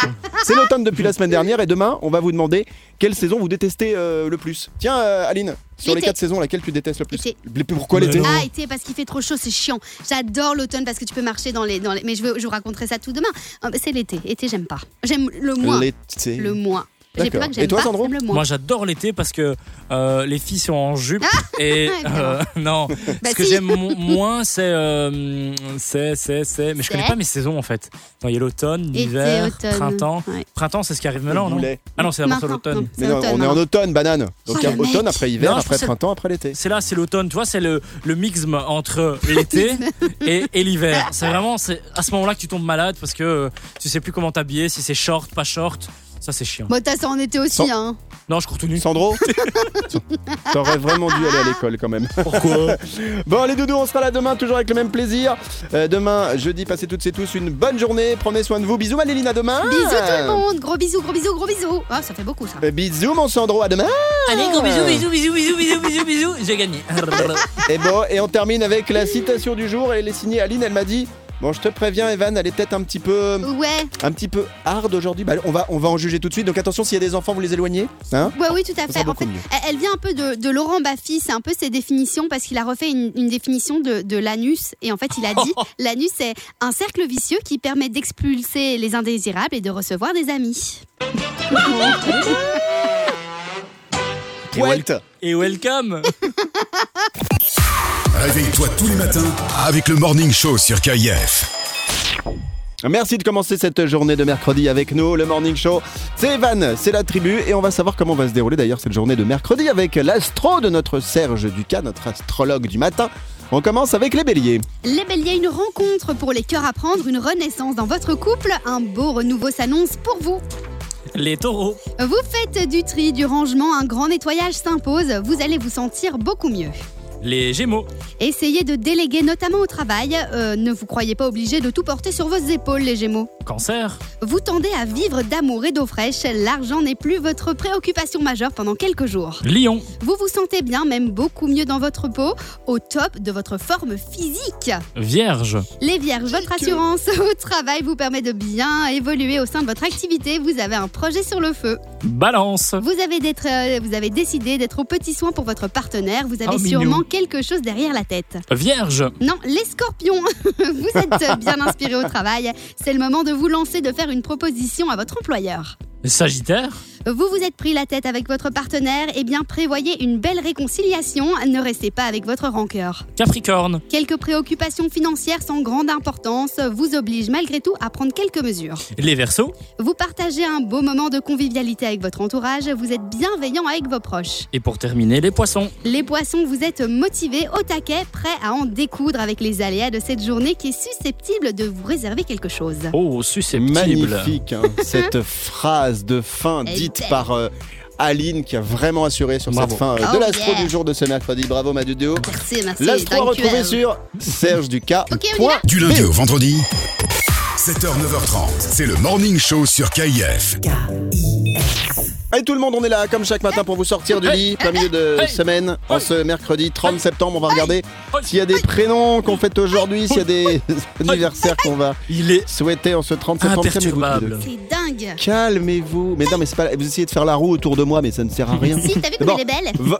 [SPEAKER 2] c'est l'automne depuis la semaine dernière et demain, on va vous demander quelle saison vous détestez euh, le plus. Tiens, euh, Aline, sur les
[SPEAKER 3] L'été.
[SPEAKER 2] quatre saisons, laquelle tu détestes le plus
[SPEAKER 3] L'été.
[SPEAKER 2] Mais Pourquoi
[SPEAKER 4] Mais
[SPEAKER 2] l'été
[SPEAKER 4] non.
[SPEAKER 3] Ah été parce qu'il fait trop chaud c'est chiant. J'adore l'automne parce que tu peux marcher dans les dans les mais je, veux, je vous raconterai ça tout demain. Ah, bah, c'est l'été. Été j'aime pas. J'aime le moins.
[SPEAKER 2] L'été.
[SPEAKER 3] Le moins. J'ai
[SPEAKER 2] D'accord.
[SPEAKER 3] pas que j'aime
[SPEAKER 2] Et toi,
[SPEAKER 3] pas,
[SPEAKER 2] Sandro
[SPEAKER 3] j'aime le moins.
[SPEAKER 4] Moi, j'adore l'été parce que euh, les filles sont en jupe et euh, non. ce que
[SPEAKER 3] Ah, Bah, si.
[SPEAKER 4] j'aime mo- moins, c'est euh, c'est c'est c'est. Mais je connais
[SPEAKER 3] C'est
[SPEAKER 4] pas mes saisons en fait. Non, il y a l'automne,
[SPEAKER 3] Été,
[SPEAKER 4] l'hiver,
[SPEAKER 3] automne.
[SPEAKER 4] printemps.
[SPEAKER 3] Ouais.
[SPEAKER 4] Printemps, c'est ce qui arrive maintenant, non
[SPEAKER 2] Boulet.
[SPEAKER 4] Ah non, c'est d'abord
[SPEAKER 3] Maintenant,
[SPEAKER 4] l'automne.
[SPEAKER 3] non,
[SPEAKER 2] Mais
[SPEAKER 3] hein. c'est
[SPEAKER 2] non,
[SPEAKER 3] automne,
[SPEAKER 2] on est en
[SPEAKER 3] maintenant.
[SPEAKER 2] automne, banane. Donc,
[SPEAKER 3] Oh, le mec.
[SPEAKER 2] automne, après hiver,
[SPEAKER 4] Non, je
[SPEAKER 2] après
[SPEAKER 4] pensais-
[SPEAKER 2] printemps, après l'été.
[SPEAKER 4] C'est là, c'est l'automne, tu vois, c'est le, le mixme entre l'été et, et l'hiver. C'est vraiment c'est à ce moment-là que tu tombes malade parce que euh, tu sais plus comment t'habiller, si c'est short, pas short. Ça, c'est chiant.
[SPEAKER 3] Bon t'as ça en été aussi
[SPEAKER 2] Sans-
[SPEAKER 3] hein.
[SPEAKER 4] Non, je cours tout nu.
[SPEAKER 2] Sandro T'aurais vraiment dû aller à l'école quand même.
[SPEAKER 4] Pourquoi
[SPEAKER 2] Bon, les doudous, on sera là demain, toujours avec le même plaisir. Euh, demain, jeudi, passez toutes et tous une bonne journée. Prenez soin de vous. Bisous, Maléline, à demain.
[SPEAKER 3] Bisous tout le monde. Gros bisous gros bisous gros bisous. Ah ça fait beaucoup ça.
[SPEAKER 2] Ah. Euh, Bisous, mon Sandro, à demain.
[SPEAKER 4] Allez, gros bisous, bisous, bisous, bisous, bisous, bisous, bisous. J'ai gagné.
[SPEAKER 2] Et bon, et on termine avec la citation du jour. Elle est signée Aline, elle m'a dit Bon, je te préviens, Evan, elle est peut-être un petit peu,
[SPEAKER 3] Ouais,
[SPEAKER 2] un petit peu hard aujourd'hui. Bah, on va, on va en juger tout de suite. Donc attention, s'il y a des enfants, vous les éloignez. Hein
[SPEAKER 3] ouais, oui, tout à
[SPEAKER 2] Ça
[SPEAKER 3] fait.
[SPEAKER 2] sera
[SPEAKER 3] En
[SPEAKER 2] beaucoup
[SPEAKER 3] fait,
[SPEAKER 2] mieux.
[SPEAKER 3] elle- elle vient un peu de, de Laurent Baffy, c'est un peu ses définitions parce qu'il a refait une, une définition de, de l'anus et en fait, il a dit l'anus c'est un cercle vicieux qui permet d'expulser les indésirables et de recevoir des amis.
[SPEAKER 4] Et, wel-
[SPEAKER 2] Poète.
[SPEAKER 4] et welcome
[SPEAKER 6] Réveille-toi tous les matins avec le Morning Show sur KIF.
[SPEAKER 2] Merci de commencer cette journée de mercredi avec nous, le Morning Show. C'est Evan, c'est la tribu, et on va savoir comment va se dérouler d'ailleurs cette journée de mercredi avec l'astro de notre Serge Ducas, notre astrologue du matin. On commence avec les béliers.
[SPEAKER 3] Les béliers, une rencontre pour les cœurs à prendre, une renaissance dans votre couple, un beau renouveau s'annonce pour vous.
[SPEAKER 4] Les taureaux,
[SPEAKER 3] Vous faites du tri, du rangement, un grand nettoyage s'impose, vous allez vous sentir beaucoup mieux.
[SPEAKER 4] les gémeaux,
[SPEAKER 3] Essayez de déléguer notamment au travail, euh, ne vous croyez pas obligé de tout porter sur vos épaules les Gémeaux.
[SPEAKER 4] cancer,
[SPEAKER 3] Vous tendez à vivre d'amour et d'eau fraîche, l'argent n'est plus votre préoccupation majeure pendant quelques jours.
[SPEAKER 4] lion,
[SPEAKER 3] Vous vous sentez bien, même beaucoup mieux dans votre peau, au top de votre forme physique.
[SPEAKER 4] vierge,
[SPEAKER 3] Les Vierges, votre assurance au travail vous permet de bien évoluer au sein de votre activité, vous avez un projet sur le feu.
[SPEAKER 4] balance,
[SPEAKER 3] Vous avez, d'être, euh, vous avez décidé d'être au petit soin pour votre partenaire. Vous avez
[SPEAKER 4] Oh, minou.
[SPEAKER 3] sûrement quelque chose derrière la tête.
[SPEAKER 4] vierge,
[SPEAKER 3] Non, les scorpions, vous êtes bien inspirés au travail. C'est le moment de vous lancer, de faire une proposition à votre employeur.
[SPEAKER 4] sagittaire,
[SPEAKER 3] Vous vous êtes pris la tête avec votre partenaire, eh bien prévoyez une belle réconciliation. Ne restez pas avec votre rancœur.
[SPEAKER 4] capricorne,
[SPEAKER 3] Quelques préoccupations financières sans grande importance vous obligent malgré tout à prendre quelques mesures.
[SPEAKER 4] les verseaux
[SPEAKER 3] Vous partagez un beau moment de convivialité avec votre entourage. Vous êtes bienveillant avec vos proches.
[SPEAKER 4] et pour terminer les poissons.
[SPEAKER 3] Les poissons, vous êtes motivés, au taquet, prêts à en découdre avec les aléas de cette journée qui est susceptible de vous réserver quelque chose.
[SPEAKER 4] Oh, susceptible.
[SPEAKER 2] Magnifique, hein, cette phrase de fin
[SPEAKER 3] Elle
[SPEAKER 2] dite
[SPEAKER 3] était.
[SPEAKER 2] par euh, Aline qui a vraiment assuré sur
[SPEAKER 4] Bravo.
[SPEAKER 2] cette fin euh, de
[SPEAKER 3] Oh
[SPEAKER 2] l'astro
[SPEAKER 3] yeah.
[SPEAKER 2] du jour de ce mercredi. Bravo Madudeo.
[SPEAKER 3] Merci, merci.
[SPEAKER 2] L'astro à
[SPEAKER 3] thank you.
[SPEAKER 2] retrouver sur sergeducas.fr.
[SPEAKER 3] Ok, on y va
[SPEAKER 6] Du lundi au vendredi, 7h-9h30, c'est le Morning Show sur KIF.
[SPEAKER 2] Allez tout le monde, on est là comme chaque matin pour vous sortir du lit, plein milieu de
[SPEAKER 4] Hey
[SPEAKER 2] semaine, en
[SPEAKER 4] Hey
[SPEAKER 2] ce mercredi 30 septembre, on va regarder
[SPEAKER 4] Hey
[SPEAKER 2] s'il y a des prénoms qu'on fête aujourd'hui, s'il y a des anniversaires qu'on va
[SPEAKER 4] Il est
[SPEAKER 2] souhaiter en ce 30 septembre. Calmez-vous, tous les deux.
[SPEAKER 4] imperturbable.
[SPEAKER 3] C'est dingue.
[SPEAKER 2] Calmez-vous. Mais non, mais c'est pas. Vous essayez de faire la roue autour de moi, mais ça ne sert à rien.
[SPEAKER 3] Si, t'as vu
[SPEAKER 2] Bon.
[SPEAKER 3] comme elle est belle
[SPEAKER 2] Vo-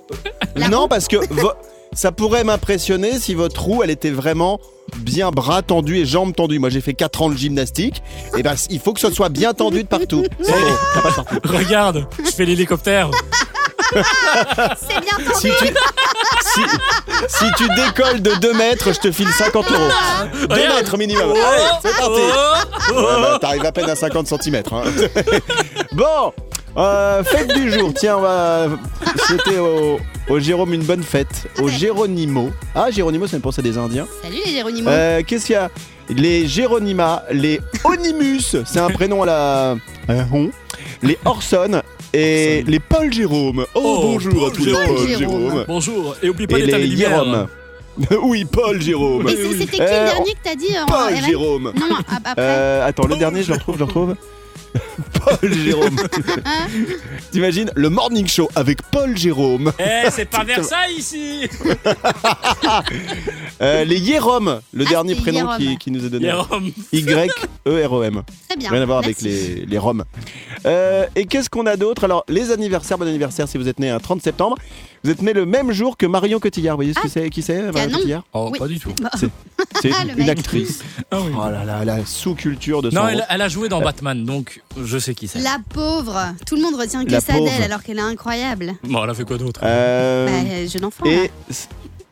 [SPEAKER 3] La
[SPEAKER 2] non, parce que vo- ça pourrait m'impressionner si votre roue, elle était vraiment bien bras tendus et jambes tendues. Moi, j'ai fait 4 ans de gymnastique. Et ben, il faut que ce soit bien tendu de partout. C'est bon, t'as pas le temps.
[SPEAKER 4] Regarde, je fais l'hélicoptère.
[SPEAKER 3] C'est bien tendu.
[SPEAKER 2] Si tu, si, si tu décolles de 2 mètres, je te file 50 euros. 2
[SPEAKER 4] Regarde. Oh,
[SPEAKER 2] mètres minimum. Allez, c'est parti. Ouais, bah, T'arrives à hein. peine à 50 cm. bon, euh, fête du jour. Tiens, on va souhaiter au, au Jérôme une bonne fête. Au Géronimo. Ah, Géronimo, ça me pense à des Indiens.
[SPEAKER 3] Salut les Géronimo.
[SPEAKER 2] Euh, Qu'est-ce qu'il y a Les Géronima, les Onimus, c'est un prénom à la. euh, on. Les Orson et les Paul Jérôme. Oh,
[SPEAKER 4] Oh,
[SPEAKER 2] bonjour à
[SPEAKER 4] Paul
[SPEAKER 2] tous les
[SPEAKER 4] Jérôme.
[SPEAKER 2] Paul
[SPEAKER 3] Jérôme.
[SPEAKER 2] Jérôme.
[SPEAKER 4] Bonjour, et oublie pas
[SPEAKER 2] Et
[SPEAKER 4] d'éteindre
[SPEAKER 2] les
[SPEAKER 4] les lumières.
[SPEAKER 2] Jérôme. oui, Paul Jérôme.
[SPEAKER 3] Et c'est- c'était qui
[SPEAKER 2] Euh,
[SPEAKER 3] le dernier que t'as dit euh, en-
[SPEAKER 2] Paul
[SPEAKER 3] Evan
[SPEAKER 2] Jérôme.
[SPEAKER 3] Non, ap- après.
[SPEAKER 2] Euh, attends, le dernier, je le retrouve, je le retrouve. Paul Jérôme.
[SPEAKER 3] Hein
[SPEAKER 2] T'imagines le morning show avec Paul Jérôme.
[SPEAKER 4] Eh, c'est pas Versailles ici
[SPEAKER 2] Euh, les Jérôme, le
[SPEAKER 3] Ah,
[SPEAKER 2] dernier
[SPEAKER 3] c'est
[SPEAKER 2] prénom
[SPEAKER 3] Jérôme.
[SPEAKER 2] qui, qui nous est donné. E
[SPEAKER 4] Jérôme.
[SPEAKER 2] Y-E-R-O-M.
[SPEAKER 3] Très bien.
[SPEAKER 2] Rien à voir
[SPEAKER 3] Merci.
[SPEAKER 2] avec les, les Roms. Euh, et qu'est-ce qu'on a d'autre Alors, les anniversaires, bon anniversaire si vous êtes né un 30 septembre. Vous êtes né le même jour que Marion Cotillard. Vous voyez ce que c'est Qui c'est Marion
[SPEAKER 3] Ah. canon.
[SPEAKER 2] Cotillard
[SPEAKER 4] Oh,
[SPEAKER 3] Oui.
[SPEAKER 4] pas du tout.
[SPEAKER 2] C'est
[SPEAKER 3] Ah, le
[SPEAKER 2] une
[SPEAKER 3] mec.
[SPEAKER 2] actrice. Oh là là, la sous-culture de son
[SPEAKER 4] Non,
[SPEAKER 2] rôle.
[SPEAKER 4] elle, elle a joué dans Batman, donc je sais qui c'est.
[SPEAKER 3] La pauvre. Tout le monde retient que
[SPEAKER 2] La
[SPEAKER 3] ça
[SPEAKER 2] pauvre.
[SPEAKER 3] d'elle alors qu'elle est incroyable.
[SPEAKER 4] Bon, elle a fait quoi d'autre
[SPEAKER 2] Euh,
[SPEAKER 3] Bah, euh, jeune enfant. là.
[SPEAKER 2] Et c-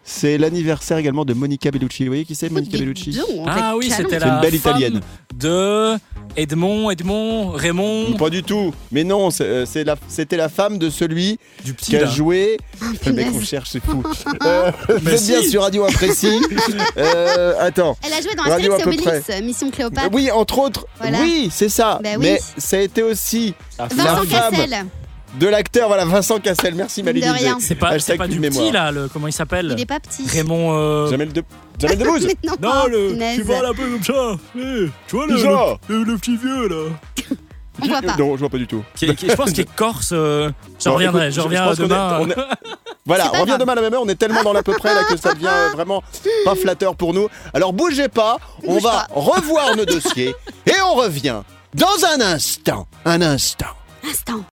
[SPEAKER 2] c'est l'anniversaire également de Monica Bellucci. Vous voyez qui c'est, Monica
[SPEAKER 3] Oh, Dis
[SPEAKER 2] Bellucci
[SPEAKER 3] donc,
[SPEAKER 4] Ah oui,
[SPEAKER 3] calme.
[SPEAKER 4] c'était
[SPEAKER 2] C'est une
[SPEAKER 4] la
[SPEAKER 2] belle
[SPEAKER 4] femme
[SPEAKER 2] Italienne.
[SPEAKER 4] de Edmond, Edmond, Raymond,
[SPEAKER 2] Pas du tout. Mais non, c'est, euh, c'est la- c'était la femme de celui
[SPEAKER 4] du petit
[SPEAKER 2] qui a
[SPEAKER 4] là.
[SPEAKER 2] joué. Le mec,
[SPEAKER 3] Oh, punaise.
[SPEAKER 2] on cherche, c'est fou. Euh, vous
[SPEAKER 4] Mais
[SPEAKER 2] êtes
[SPEAKER 4] si.
[SPEAKER 2] bien sur Radio Imprécis. Euh, attends.
[SPEAKER 3] Elle a joué dans
[SPEAKER 2] Radio
[SPEAKER 3] Astérix
[SPEAKER 2] à
[SPEAKER 3] et
[SPEAKER 2] peu
[SPEAKER 3] Obélix, euh, Mission Cléopâtre.
[SPEAKER 2] Oui, entre autres.
[SPEAKER 3] Voilà.
[SPEAKER 2] Oui, c'est ça.
[SPEAKER 3] Bah oui.
[SPEAKER 2] Mais ça a été aussi la
[SPEAKER 3] Vincent
[SPEAKER 2] femme
[SPEAKER 3] Cassel.
[SPEAKER 2] de l'acteur. Voilà, Vincent Cassel. Merci, Malie
[SPEAKER 3] De
[SPEAKER 2] Lizet.
[SPEAKER 3] rien.
[SPEAKER 4] C'est pas,
[SPEAKER 2] Hashtag
[SPEAKER 4] c'est pas
[SPEAKER 2] plus
[SPEAKER 4] du
[SPEAKER 2] de mémoire.
[SPEAKER 4] petit là, le- comment il s'appelle
[SPEAKER 3] Il est Ah, pas petit.
[SPEAKER 4] Raymond. euh,
[SPEAKER 2] Jamel, de... Jamel Debbouze.
[SPEAKER 3] Mais non,
[SPEAKER 4] Non, le.
[SPEAKER 3] punaise.
[SPEAKER 4] Tu vois là un peu comme ça Eh, Tu vois le,
[SPEAKER 2] Genre.
[SPEAKER 4] le, le- le petit vieux là
[SPEAKER 3] On voit pas.
[SPEAKER 2] Non, je vois pas du tout.
[SPEAKER 4] Qui est- qui est- Je pense qu'il est corse. euh, je
[SPEAKER 2] Non,
[SPEAKER 4] reviendrai,
[SPEAKER 2] écoute,
[SPEAKER 4] je reviens
[SPEAKER 2] pense qu'on est-
[SPEAKER 4] demain.
[SPEAKER 2] on est- Voilà,
[SPEAKER 3] C'est pas
[SPEAKER 2] on revient
[SPEAKER 3] grave.
[SPEAKER 2] demain à la même heure. On est tellement dans l'à peu près là que ça devient euh, vraiment pas flatteur pour nous. Alors bougez pas, on
[SPEAKER 3] Bouge
[SPEAKER 2] va revoir nos dossiers et on revient dans un instant. Un instant.
[SPEAKER 3] Instant.